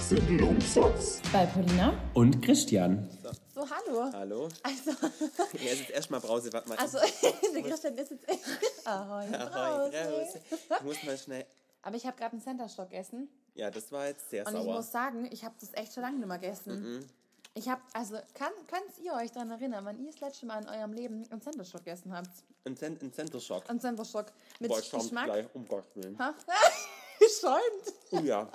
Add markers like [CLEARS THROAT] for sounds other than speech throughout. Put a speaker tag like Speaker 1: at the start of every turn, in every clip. Speaker 1: Sinn Umsatz.
Speaker 2: Bei Paulina.
Speaker 3: Und Christian.
Speaker 2: So, hallo.
Speaker 4: Hallo.
Speaker 2: Also,
Speaker 4: Ja, es ist erstmal Brause, warte mal.
Speaker 2: also [LAUGHS] der Christian ist jetzt echt. Ahoi, draußen.
Speaker 4: Ahoi, Servus. Ich muss mal schnell.
Speaker 2: Aber ich habe gerade einen Centerstock gegessen.
Speaker 4: Ja, das war jetzt sehr
Speaker 2: Und ich
Speaker 4: sauer. Mhm.
Speaker 2: muss sagen, ich habe das echt schon lange nicht mehr gegessen. Ich habe, also, kann, könnt ihr euch daran erinnern, wann ihr das letzte Mal in eurem Leben einen Centerstock gegessen habt?
Speaker 4: Ein, Cent, ein Centerschock.
Speaker 2: Einen Centerstock mit
Speaker 4: Boah, ich komm
Speaker 2: Geschmack.
Speaker 4: gleich, um Gottes Willen.
Speaker 2: [LAUGHS] Ha? Schäumt.
Speaker 4: Oh ja.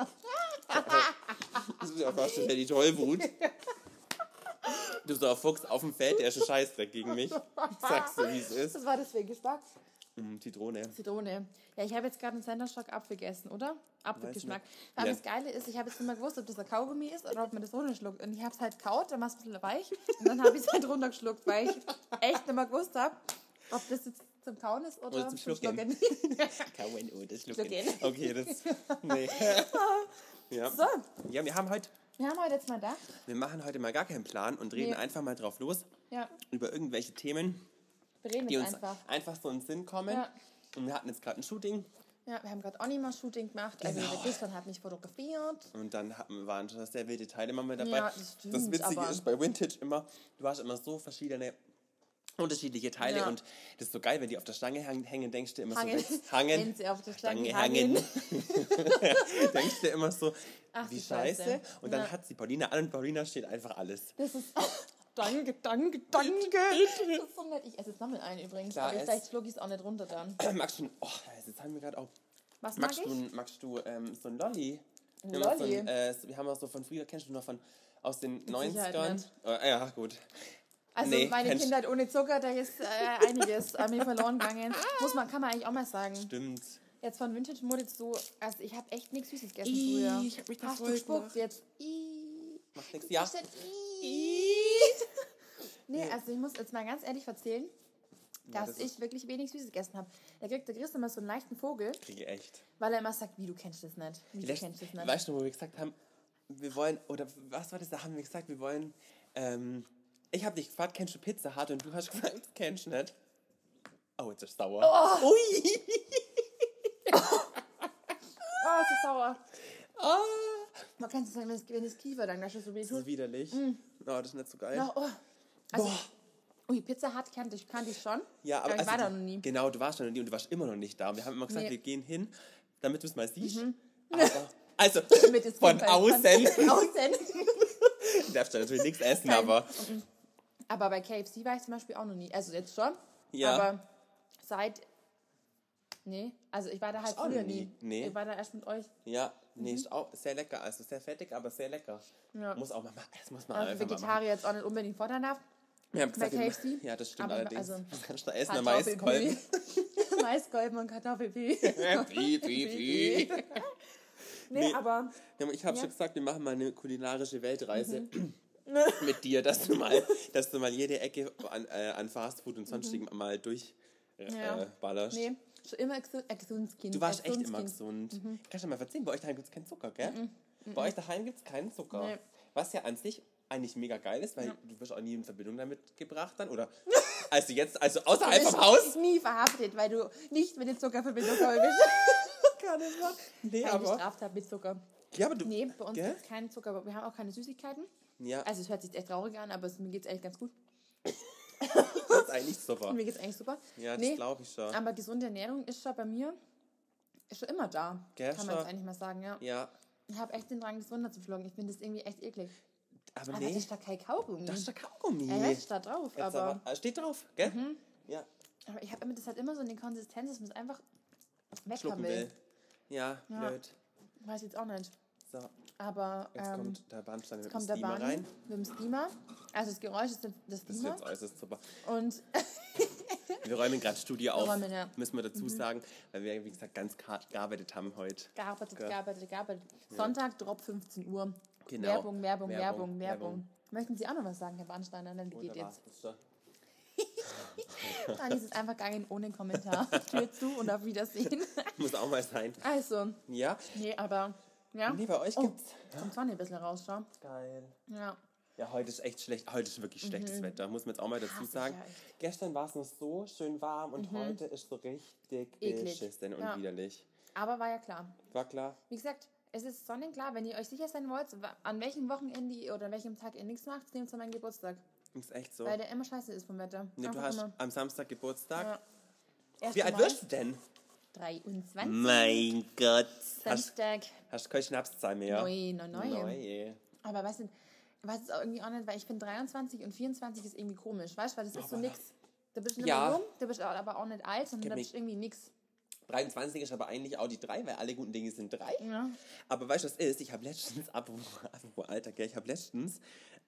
Speaker 4: das ist ja fast schon die Tollwut. Du so ein Fuchs auf dem Feld, der ist ein Scheißdreck gegen mich. Ich sag's dir, wie es ist.
Speaker 2: Das war deswegen Geschmack.
Speaker 4: Mm, Zitrone.
Speaker 2: Zitrone. Ja, ich habe jetzt gerade einen Senderstock Apfel gegessen, oder? Apfelgeschmack.
Speaker 4: nicht.
Speaker 2: Aber
Speaker 4: Ja.
Speaker 2: das Geile ist, ich habe jetzt nicht mehr gewusst, ob das ein Kaugummi ist oder ob man das runterschluckt. Und ich habe es halt kaut, dann war es ein bisschen weich. Und dann habe ich es halt runtergeschluckt, weil ich echt nicht mehr gewusst habe, ob das jetzt zum Kauen ist oder,
Speaker 4: Oder zum Schlucken. Kauen, oh, das schluckt.
Speaker 2: Schlucken.
Speaker 4: Okay, das. Nee. Ja.
Speaker 2: [LAUGHS] So,
Speaker 4: ja, wir haben heute.
Speaker 2: wir haben heute jetzt mal gedacht.
Speaker 4: Wir machen heute mal gar keinen Plan und reden
Speaker 2: Nee.
Speaker 4: einfach mal drauf los
Speaker 2: Ja,
Speaker 4: über irgendwelche Themen.
Speaker 2: wir reden
Speaker 4: die
Speaker 2: jetzt
Speaker 4: uns
Speaker 2: einfach.
Speaker 4: einfach, so in den Sinn kommen.
Speaker 2: Ja.
Speaker 4: Und wir hatten jetzt gerade ein Shooting
Speaker 2: Ja, wir haben gerade auch nicht mal Shooting gemacht. Also
Speaker 4: Genau.
Speaker 2: der Christian hat mich fotografiert.
Speaker 4: und dann hatten, waren schon sehr wilde Teile immer mit dabei.
Speaker 2: Ja, das stimmt,
Speaker 4: Witzige
Speaker 2: aber-
Speaker 4: ist bei Vintage immer, du hast immer so verschiedene unterschiedliche Teile
Speaker 2: Ja.
Speaker 4: und das ist so geil, wenn die auf der Stange hang- hängen, denkst du immer
Speaker 2: Hangen.
Speaker 4: so, jetzt- hangen,
Speaker 2: Wenn sie auf der Stange
Speaker 4: [LAUGHS] denkst du immer so,
Speaker 2: Ach,
Speaker 4: wie
Speaker 2: die Scheiße.
Speaker 4: scheiße. Und dann
Speaker 2: Ja.
Speaker 4: hat sie Paulina an und Paulina steht
Speaker 2: [CLEARS THROAT]
Speaker 4: einfach alles.
Speaker 2: Das [LAUGHS] ist. danke, danke, danke. Das ist so nett. Ich esse jetzt nochmal einen übrigens.
Speaker 4: Klar,
Speaker 2: aber
Speaker 4: ess.
Speaker 2: vielleicht schlucke ich es auch nicht runter dann.
Speaker 4: magst du, oh, jetzt haben wir gerade auch,
Speaker 2: Was mag
Speaker 4: magst
Speaker 2: ich?
Speaker 4: du, magst du ähm, so ein Lolli?
Speaker 2: Ein
Speaker 4: Wir haben
Speaker 2: Lolli?
Speaker 4: So ein, äh, so- wir haben auch so von früher, kennst du noch von aus den
Speaker 2: Sicherheit
Speaker 4: 90ern?
Speaker 2: nicht.
Speaker 4: Oh, ja, gut.
Speaker 2: Also
Speaker 4: Nee,
Speaker 2: meine
Speaker 4: Mensch.
Speaker 2: Kindheit ohne Zucker, da ist äh, einiges an mir verloren gegangen. Muss man, kann man eigentlich auch mal sagen.
Speaker 4: Stimmt.
Speaker 2: Jetzt von Vintage Mode jetzt so, also ich habe echt nichts Süßes gegessen
Speaker 4: Ih,
Speaker 2: früher.
Speaker 4: ich hab mich
Speaker 2: Hast du
Speaker 4: verfolgt
Speaker 2: gespuckt
Speaker 4: noch.
Speaker 2: jetzt? Ih.
Speaker 4: Macht nichts. Ja.
Speaker 2: Ich hab- Ih. Nee, also ich muss jetzt mal ganz ehrlich erzählen, dass
Speaker 4: das ist-
Speaker 2: ich wirklich wenig Süßes gegessen habe. Da kriegt der Chris immer so einen leichten Vogel,
Speaker 4: Kriege echt.
Speaker 2: weil er immer sagt, wie du kennst das nicht. Wie du
Speaker 4: Vielleicht,
Speaker 2: kennst das nicht.
Speaker 4: weißt du, wo wir gesagt haben, wir wollen, oder was war das, da haben wir gesagt, wir wollen, ähm, ich habe dich gefragt, kennst du Pizza Hut? Und du hast gesagt, [LAUGHS] kennst du nicht. Oh, jetzt ist es sauer. Ui.
Speaker 2: Oh, ist das sauer. Oh.
Speaker 4: Ah.
Speaker 2: Man kann es sagen, wenn es- wenn es Kiefer dann, das ist so wie
Speaker 4: Das ist widerlich.
Speaker 2: Mm.
Speaker 4: Oh, das ist nicht so geil.
Speaker 2: Ja, oh. Also,
Speaker 4: Boah.
Speaker 2: ui, Pizza Hut kannte ich, kannte ich schon.
Speaker 4: Ja, aber
Speaker 2: ich war
Speaker 4: also
Speaker 2: da
Speaker 4: du-
Speaker 2: noch nie.
Speaker 4: Genau, du warst da noch nie und du warst immer noch nicht da. Und wir haben immer gesagt,
Speaker 2: Nee. Mhm.
Speaker 4: wir gehen hin, damit du es mal siehst.
Speaker 2: [LAUGHS]
Speaker 4: Aber, also,
Speaker 2: Mit jetzt
Speaker 4: von
Speaker 2: Kindheit kannte-
Speaker 4: [LAUGHS] außen.
Speaker 2: [LAUGHS] Von außen.
Speaker 4: Du darfst da natürlich nichts essen,
Speaker 2: Nein.
Speaker 4: aber
Speaker 2: Aber bei KFC war ich zum Beispiel auch noch nie. Also jetzt schon.
Speaker 4: Ja.
Speaker 2: Aber seit. Nee, also ich war da halt
Speaker 4: auch noch
Speaker 2: früher
Speaker 4: nie.
Speaker 2: nie.
Speaker 4: Nee.
Speaker 2: Ich war da erst mit euch.
Speaker 4: ja, nee, ist auch sehr lecker. Also sehr fettig, aber sehr lecker.
Speaker 2: Mhm. Ja.
Speaker 4: Muss auch mal machen. Das muss man
Speaker 2: Also
Speaker 4: einfach mal machen.
Speaker 2: Vegetarier jetzt auch nicht unbedingt fordern darf.
Speaker 4: Wir haben
Speaker 2: Bei
Speaker 4: gesagt, wir-
Speaker 2: KFC?
Speaker 4: [LAUGHS] Ja, das stimmt
Speaker 2: Aber
Speaker 4: allerdings.
Speaker 2: also-
Speaker 4: du kannst da essen, am
Speaker 2: Kartoffelpü. [LAUGHS]
Speaker 4: Maiskolben.
Speaker 2: Maiskolben und Kartoffelpü.
Speaker 4: [LAUGHS] Piep, piep, piep.
Speaker 2: nee,
Speaker 4: Nee.
Speaker 2: aber.
Speaker 4: Ja, Ich habe
Speaker 2: Ja. Mhm.
Speaker 4: schon gesagt, wir machen mal eine kulinarische Weltreise [CLEARS THROAT] mit dir, dass du mal, dass du mal jede Ecke an, äh, an Fastfood und sonstigem mal
Speaker 2: Mhm. Ja.
Speaker 4: durchballerst.
Speaker 2: Nee, schon immer gesund- äh, ein gesundes Kind.
Speaker 4: Du warst
Speaker 2: ein
Speaker 4: echt
Speaker 2: gesundes
Speaker 4: immer
Speaker 2: Kind.
Speaker 4: gesund.
Speaker 2: Mhm.
Speaker 4: Kannst du mal verziehen, bei euch daheim gibt es keinen Zucker, gell? Bei euch daheim gibt es keinen Zucker.
Speaker 2: Nee.
Speaker 4: Was ja an sich eigentlich mega geil ist, weil du wirst auch nie in Verbindung damit gebracht dann. Oder [LAUGHS] also jetzt, also außerhalb
Speaker 2: Du
Speaker 4: vom
Speaker 2: bist
Speaker 4: Haus.
Speaker 2: nie verhaftet, weil du nicht mit dem Zucker verbindung gekommen
Speaker 4: [LAUGHS] Oh
Speaker 2: bist. Keine
Speaker 4: Nee,
Speaker 2: Keine
Speaker 4: aber.
Speaker 2: Straftat mit Zucker.
Speaker 4: Ja, aber du.
Speaker 2: Nee, bei uns
Speaker 4: gell?
Speaker 2: gibt es keinen Zucker, aber wir haben auch keine Süßigkeiten.
Speaker 4: Ja, also,
Speaker 2: Also es hört sich echt traurig an, aber es, mir geht es eigentlich ganz gut.
Speaker 4: das ist eigentlich
Speaker 2: [LAUGHS]
Speaker 4: super.
Speaker 2: Mir geht es eigentlich super.
Speaker 4: Ja, das glaube ich schon.
Speaker 2: Aber gesunde Ernährung ist schon bei mir ist schon immer da.
Speaker 4: Gell,
Speaker 2: kann man
Speaker 4: schon.
Speaker 2: jetzt eigentlich mal sagen, ja.
Speaker 4: Ja,
Speaker 2: Ich habe echt den Drang, das Wunder zu schlucken. Ich finde das irgendwie echt eklig.
Speaker 4: aber
Speaker 2: Aber das
Speaker 4: nee.
Speaker 2: ist da kein Kaugummi.
Speaker 4: Das ist der Kaugummi.
Speaker 2: Ja, das steht da drauf,
Speaker 4: Jetzt
Speaker 2: aber, Mhm.
Speaker 4: aber- Ah, steht drauf, gell? Ja,
Speaker 2: aber ich habe immer, das hat immer so eine Konsistenz, dass man es einfach
Speaker 4: schlucken
Speaker 2: weghaben
Speaker 4: will.
Speaker 2: will.
Speaker 4: Ja,
Speaker 2: Ja.
Speaker 4: blöd.
Speaker 2: Weiß jetzt auch nicht.
Speaker 4: So,
Speaker 2: Aber
Speaker 4: jetzt
Speaker 2: ähm,
Speaker 4: kommt der Bahnstein mit
Speaker 2: jetzt
Speaker 4: dem
Speaker 2: kommt der
Speaker 4: Steamer
Speaker 2: Bahn
Speaker 4: rein.
Speaker 2: mit dem Steamer. Also das Geräusch ist das
Speaker 4: Das ist
Speaker 2: Steamer.
Speaker 4: jetzt äußerst super. [LAUGHS]
Speaker 2: Und
Speaker 4: Wir räumen gerade Studio auf,
Speaker 2: räumen, ja. Mhm.
Speaker 4: müssen wir dazu sagen, weil wir, wie gesagt, ganz hart gearbeitet haben heute.
Speaker 2: gearbeitet,
Speaker 4: Gell.
Speaker 2: gearbeitet, gearbeitet. Sonntag, Drop 15 Uhr.
Speaker 4: Genau.
Speaker 2: Werbung, Werbung, Werbung, Werbung,
Speaker 4: Werbung, Werbung.
Speaker 2: Möchten Sie auch noch was sagen, Herr Warnsteiner? Dann geht
Speaker 4: Wunderbar.
Speaker 2: jetzt.
Speaker 4: Das ist doch-
Speaker 2: Dann ist es einfach gegangen ohne
Speaker 4: [LAUGHS]
Speaker 2: Kommentar. Tür zu und auf Wiedersehen. [LAUGHS]
Speaker 4: Muss auch mal sein.
Speaker 2: Also,
Speaker 4: Ja,
Speaker 2: nee, aber. Ja.
Speaker 4: nee, bei euch
Speaker 2: Oh,
Speaker 4: gibt's...
Speaker 2: kommt zwar ein bisschen raus, schau.
Speaker 4: Geil.
Speaker 2: Ja.
Speaker 4: Ja, heute ist echt schlecht. Heute ist wirklich schlechtes Wetter, muss man jetzt auch mal dazu
Speaker 2: Hasse ich
Speaker 4: sagen.
Speaker 2: Mhm. ja echt. Mhm.
Speaker 4: Gestern war es noch so schön warm und heute ist so richtig
Speaker 2: Eklig.
Speaker 4: beschissen und
Speaker 2: Ja.
Speaker 4: widerlich.
Speaker 2: Aber war ja klar.
Speaker 4: War klar?
Speaker 2: Wie gesagt, Es ist sonnenklar, wenn ihr euch sicher sein wollt, wa- an welchem Wochenende ihr- oder an welchem Tag ihr nichts macht, nehmt an meinen Geburtstag.
Speaker 4: Ist echt so.
Speaker 2: Weil der immer scheiße ist vom Wetter.
Speaker 4: Nee, du
Speaker 2: Einfach
Speaker 4: hast
Speaker 2: immer.
Speaker 4: am Samstag Geburtstag.
Speaker 2: Ja.
Speaker 4: Wie alt wirst du denn?
Speaker 2: 23.
Speaker 4: Mein Gott. Hast,
Speaker 2: Samstag.
Speaker 4: hast keine Schnapszahl mehr?
Speaker 2: Neu, neu, neu.
Speaker 4: Neu.
Speaker 2: Aber weißt du, weiß es auch irgendwie auch nicht, weil ich finde 23 und 24 ist irgendwie komisch, weißt du, weil das ist so
Speaker 4: Aber-
Speaker 2: nix. Da bist du nicht
Speaker 4: Ja.
Speaker 2: mehr jung, da bist du aber auch nicht alt, sondern
Speaker 4: Gib
Speaker 2: da
Speaker 4: mir-
Speaker 2: bist du irgendwie nix.
Speaker 4: 23 ist aber eigentlich auch die 3, weil alle guten Dinge sind 3.
Speaker 2: Ja.
Speaker 4: Aber weißt du, was ist? Ich habe letztens, [LAUGHS] apropos, apropos Alter, gell? Ich habe letztens,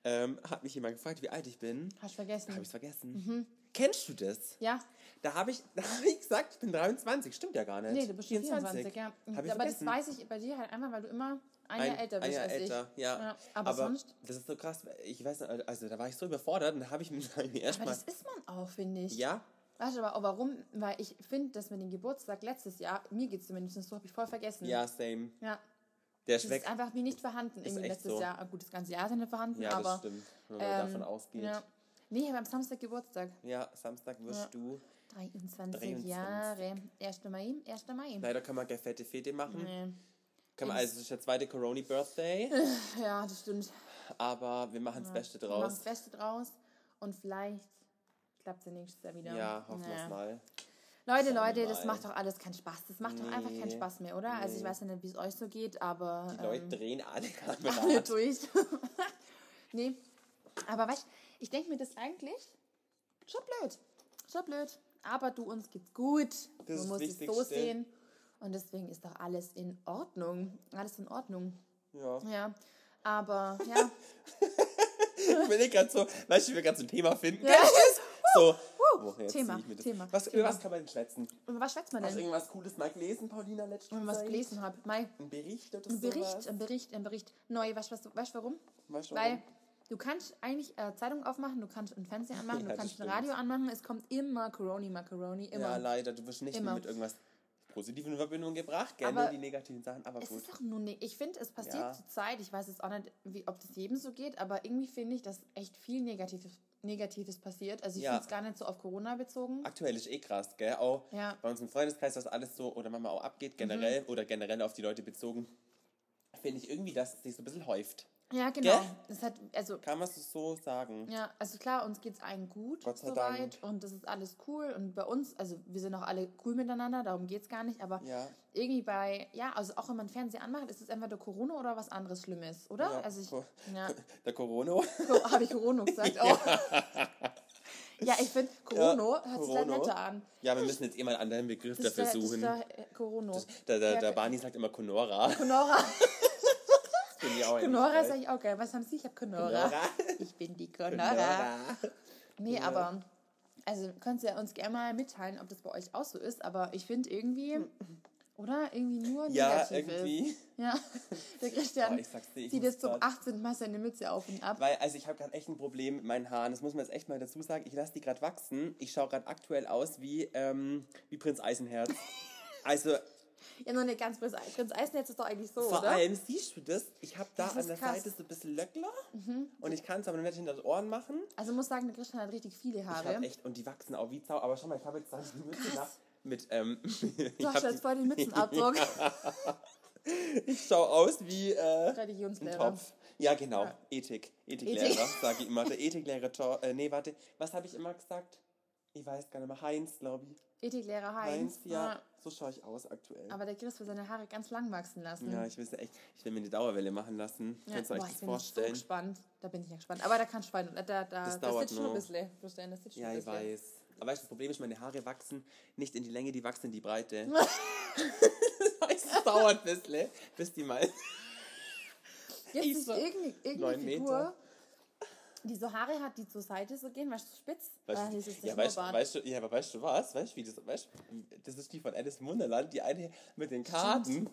Speaker 4: ähm, hat mich jemand gefragt, wie alt ich bin.
Speaker 2: Hast du
Speaker 4: Da habe ich
Speaker 2: vergessen.
Speaker 4: es vergessen. Kennst du das?
Speaker 2: Ja,
Speaker 4: Da habe ich, da hab ich gesagt, ich bin 23. Stimmt ja gar nicht.
Speaker 2: nee, du bist schon 24, ja.
Speaker 4: Hab ich
Speaker 2: aber
Speaker 4: vergessen.
Speaker 2: das weiß ich bei dir halt einfach, weil du immer ein
Speaker 4: Ein-
Speaker 2: Jahr älter
Speaker 4: ein
Speaker 2: bist
Speaker 4: Jahr
Speaker 2: als
Speaker 4: älter,
Speaker 2: ich.
Speaker 4: Ja.
Speaker 2: Aber, sonst,
Speaker 4: Das ist so krass. Ich weiß nicht, also da war ich so überfordert und da habe ich mir [LAUGHS]
Speaker 2: aber
Speaker 4: erstmal.
Speaker 2: das ist man auch, finde ich.
Speaker 4: Ja,
Speaker 2: Weißt du aber auch warum? Weil ich finde, dass mit dem Geburtstag letztes Jahr, mir geht es zumindest so, habe ich voll vergessen.
Speaker 4: ja, same.
Speaker 2: Ja,
Speaker 4: Der
Speaker 2: ne? das
Speaker 4: ist weg.
Speaker 2: ist einfach wie nicht vorhanden irgendwie
Speaker 4: echt
Speaker 2: letztes
Speaker 4: so.
Speaker 2: Jahr. Ah, Gut, das ganze Jahr ist ja nicht vorhanden,
Speaker 4: Ja,
Speaker 2: aber
Speaker 4: das stimmt. Wenn man
Speaker 2: ähm,
Speaker 4: davon ausgeht.
Speaker 2: Ja.
Speaker 4: Ja,
Speaker 2: Nee, ich habe am Samstag Geburtstag.
Speaker 4: Samstag wirst
Speaker 2: Ja.
Speaker 4: du.
Speaker 2: 23,
Speaker 4: 23.
Speaker 2: Jahre. 1. Mai, 1. Mai.
Speaker 4: Leider kann man keine fette Fete machen.
Speaker 2: Nee.
Speaker 4: Kann man, also, es ist der zweite Corona-Birthday.
Speaker 2: [LAUGHS] Ja, das stimmt.
Speaker 4: aber wir machen das Beste
Speaker 2: Wir machen das
Speaker 4: draus.
Speaker 2: Beste draus. Und vielleicht klappt es ja nächstes Jahr wieder.
Speaker 4: Ja, hoffen
Speaker 2: Naja.
Speaker 4: wir es mal.
Speaker 2: Leute,
Speaker 4: Schauen wir
Speaker 2: Leute, das
Speaker 4: mal.
Speaker 2: macht doch alles keinen Spaß. Das macht doch einfach keinen
Speaker 4: Nee.
Speaker 2: Spaß mehr, oder? Also ich
Speaker 4: Nee.
Speaker 2: weiß ja nicht, wie es euch so geht, aber...
Speaker 4: Die Leute
Speaker 2: ähm, [LAUGHS]
Speaker 4: drehen alle
Speaker 2: alle
Speaker 4: Kamerad.
Speaker 2: durch. [LAUGHS] nee, aber weißt ich denke mir das eigentlich schon blöd. Schon blöd. Aber du, uns geht's gut.
Speaker 4: ist
Speaker 2: Man muss
Speaker 4: das
Speaker 2: es so
Speaker 4: Wichtigste.
Speaker 2: sehen. Und deswegen ist doch alles in Ordnung. Alles in Ordnung.
Speaker 4: Ja. [LAUGHS]
Speaker 2: Ja. Aber ja,
Speaker 4: Ich will gerade so, weißt du, ich will gerade so ein Thema finden.
Speaker 2: Ja.
Speaker 4: So, woher jetzt
Speaker 2: Thema,
Speaker 4: zieh ich mir das-
Speaker 2: Thema,
Speaker 4: Was,
Speaker 2: Thema.
Speaker 4: Über was kann man denn schwätzen?
Speaker 2: über was schwätzt man
Speaker 4: Hast du
Speaker 2: denn?
Speaker 4: irgendwas Cooles mal gelesen, Paulina, letztens?
Speaker 2: Wenn man was gelesen hat. Mai,
Speaker 4: Ein Bericht oder
Speaker 2: ein Bericht,
Speaker 4: sowas?
Speaker 2: ein Bericht, ein Bericht. Neu, weißt du was- weißt du warum?
Speaker 4: Weißt du,
Speaker 2: Weil du kannst eigentlich äh, Zeitung aufmachen, du kannst ein Fernseher anmachen,
Speaker 4: Ja,
Speaker 2: du
Speaker 4: das
Speaker 2: kannst ein
Speaker 4: stimmt.
Speaker 2: Radio anmachen. Es kommt immer Coroni, Macaroni,
Speaker 4: Ja,
Speaker 2: immer.
Speaker 4: leider, du wirst nicht
Speaker 2: Immer.
Speaker 4: mit irgendwas Positiven in Verbindung gebracht, gell?
Speaker 2: Aber
Speaker 4: Nur die negativen Sachen, aber
Speaker 2: Es
Speaker 4: gut.
Speaker 2: ist doch nur nicht. Ich finde, es passiert
Speaker 4: Ja.
Speaker 2: zur Zeit. Ich weiß jetzt auch nicht, wie, ob das jedem so geht, aber irgendwie finde ich, dass echt viel Negatives, Negatives passiert. Also ich
Speaker 4: Ja.
Speaker 2: finde es gar nicht so auf Corona bezogen.
Speaker 4: Aktuell ist eh krass, gell? Auch
Speaker 2: Ja. Mhm.
Speaker 4: bei uns im Freundeskreis, was alles so oder Mama auch abgeht, generell oder generell auf die Leute bezogen, finde ich irgendwie, dass es sich so ein bisschen häuft.
Speaker 2: Ja, genau.
Speaker 4: Gell?
Speaker 2: Es hat, also,
Speaker 4: Kann man es so sagen?
Speaker 2: ja, also klar, uns geht es allen gut
Speaker 4: Gott sei
Speaker 2: soweit und das ist alles cool. Und bei uns, also wir sind auch alle cool miteinander, darum geht es gar nicht, aber
Speaker 4: Ja.
Speaker 2: irgendwie bei, ja, also auch wenn man Fernseher anmacht, ist es entweder Corona oder was anderes Schlimmes, oder?
Speaker 4: Ja,
Speaker 2: also ich,
Speaker 4: Co-
Speaker 2: ja.
Speaker 4: Der Corona.
Speaker 2: Co- [LAUGHS] Habe ich Corona gesagt?
Speaker 4: [LAUGHS]
Speaker 2: Oh. Ja. ich finde, Corona hört sich halt
Speaker 4: Corona.
Speaker 2: netter an.
Speaker 4: Ja, wir müssen jetzt eh mal einen anderen Begriff
Speaker 2: Das ist
Speaker 4: dafür
Speaker 2: der- das
Speaker 4: suchen.
Speaker 2: ist
Speaker 4: Der,
Speaker 2: der, äh, Corona.
Speaker 4: der, der,
Speaker 2: Ja,
Speaker 4: Barney sagt
Speaker 2: [LAUGHS]
Speaker 4: immer Conora. [LAUGHS]
Speaker 2: Conora.
Speaker 4: Bin ich auch eigentlich
Speaker 2: Conora
Speaker 4: geil.
Speaker 2: sage ich auch geil. Was haben Sie? Ich habe Conora.
Speaker 4: Conora.
Speaker 2: Ich bin die Conora.
Speaker 4: Conora.
Speaker 2: Nee, aber. Also könnt ihr uns gerne mal mitteilen, ob das bei euch auch so ist, aber ich finde irgendwie, oder? Irgendwie nur
Speaker 4: Ja,
Speaker 2: negativ ist.
Speaker 4: irgendwie.
Speaker 2: Ja, [LAUGHS] der
Speaker 4: Boah,
Speaker 2: Christian
Speaker 4: ich sag's dir, ich
Speaker 2: zieht
Speaker 4: muss
Speaker 2: jetzt zum
Speaker 4: grad-
Speaker 2: 18. Mal seine Mütze auf und ab.
Speaker 4: Weil, also ich habe gerade echt ein Problem mit meinen Haaren. Das muss man jetzt echt mal dazu sagen. Ich lasse die gerade wachsen. Ich schaue gerade aktuell aus wie, ähm, wie Prinz
Speaker 2: [LAUGHS]
Speaker 4: Eisenherz. Also
Speaker 2: Ja, nur eine ganz böse Prinz Eisnetz ist doch eigentlich so,
Speaker 4: vor
Speaker 2: oder?
Speaker 4: allem siehst du das. Ich habe da
Speaker 2: Das
Speaker 4: an
Speaker 2: ist
Speaker 4: der
Speaker 2: krass. Mhm.
Speaker 4: Seite so ein bisschen Löckler. Und ich kann es aber nicht hinter den Ohren machen.
Speaker 2: Also muss sagen, der Christian hat richtig viele
Speaker 4: Ich hab
Speaker 2: Haare.
Speaker 4: echt, und die wachsen auch wie Zau. Aber schau mal, ich habe jetzt da die Mütze
Speaker 2: Krass.
Speaker 4: nach. Mit, ähm, [LAUGHS] ich,
Speaker 2: Du hast
Speaker 4: hab
Speaker 2: jetzt
Speaker 4: die, [LAUGHS]
Speaker 2: voll den Mützenabdruck.
Speaker 4: ich schau aus wie äh, ein
Speaker 2: Religionslehrer.
Speaker 4: Topf. Ja, genau.
Speaker 2: Ja.
Speaker 4: Ethik. Ethiklehrer, sage ich immer. Der Ethiklehrer, Tor- äh, nee, warte. Was habe ich immer gesagt? Ich weiß gar nicht mehr. Heinz, glaube ich.
Speaker 2: Ethiklehrer Heinz.
Speaker 4: Heinz, ja.
Speaker 2: Ah,
Speaker 4: So schaue ich aus aktuell.
Speaker 2: Aber der Chris will seine Haare ganz lang wachsen lassen.
Speaker 4: ja, ich will echt, ich will mir eine Dauerwelle machen lassen.
Speaker 2: Ja,
Speaker 4: Kannst du euch
Speaker 2: boah,
Speaker 4: das
Speaker 2: ich bin so
Speaker 4: vorstellen?
Speaker 2: gespannt. Da bin ich ja gespannt. Aber da kann Schwein. äh, Da, da, da, das
Speaker 4: Das dauert
Speaker 2: sitzt schon ein
Speaker 4: noch.
Speaker 2: bisschen. Verstehen, Das sitzt schon
Speaker 4: ja,
Speaker 2: ein
Speaker 4: ich
Speaker 2: bisschen.
Speaker 4: weiß. Aber weißt du, das Problem ist, meine Haare wachsen nicht in die Länge, die wachsen in die Breite.
Speaker 2: [LAUGHS]
Speaker 4: Das heißt, es dauert ein bisschen, bis die mal.
Speaker 2: Ah, Gibt
Speaker 4: Ich
Speaker 2: es
Speaker 4: so-
Speaker 2: irgendeine,
Speaker 4: Neun
Speaker 2: irgendeine
Speaker 4: Meter.
Speaker 2: Figur, die so Haare hat, die zur Seite so gehen? Weißt du, so spitz? Ah,
Speaker 4: Weißt du,
Speaker 2: das ist der
Speaker 4: ja, weißt,
Speaker 2: Schnurrbart.
Speaker 4: weißt du, ja, aber weißt du was? Weißt du, wie das, weißt du, das ist die von Alice im Wunderland, die eine mit den Karten.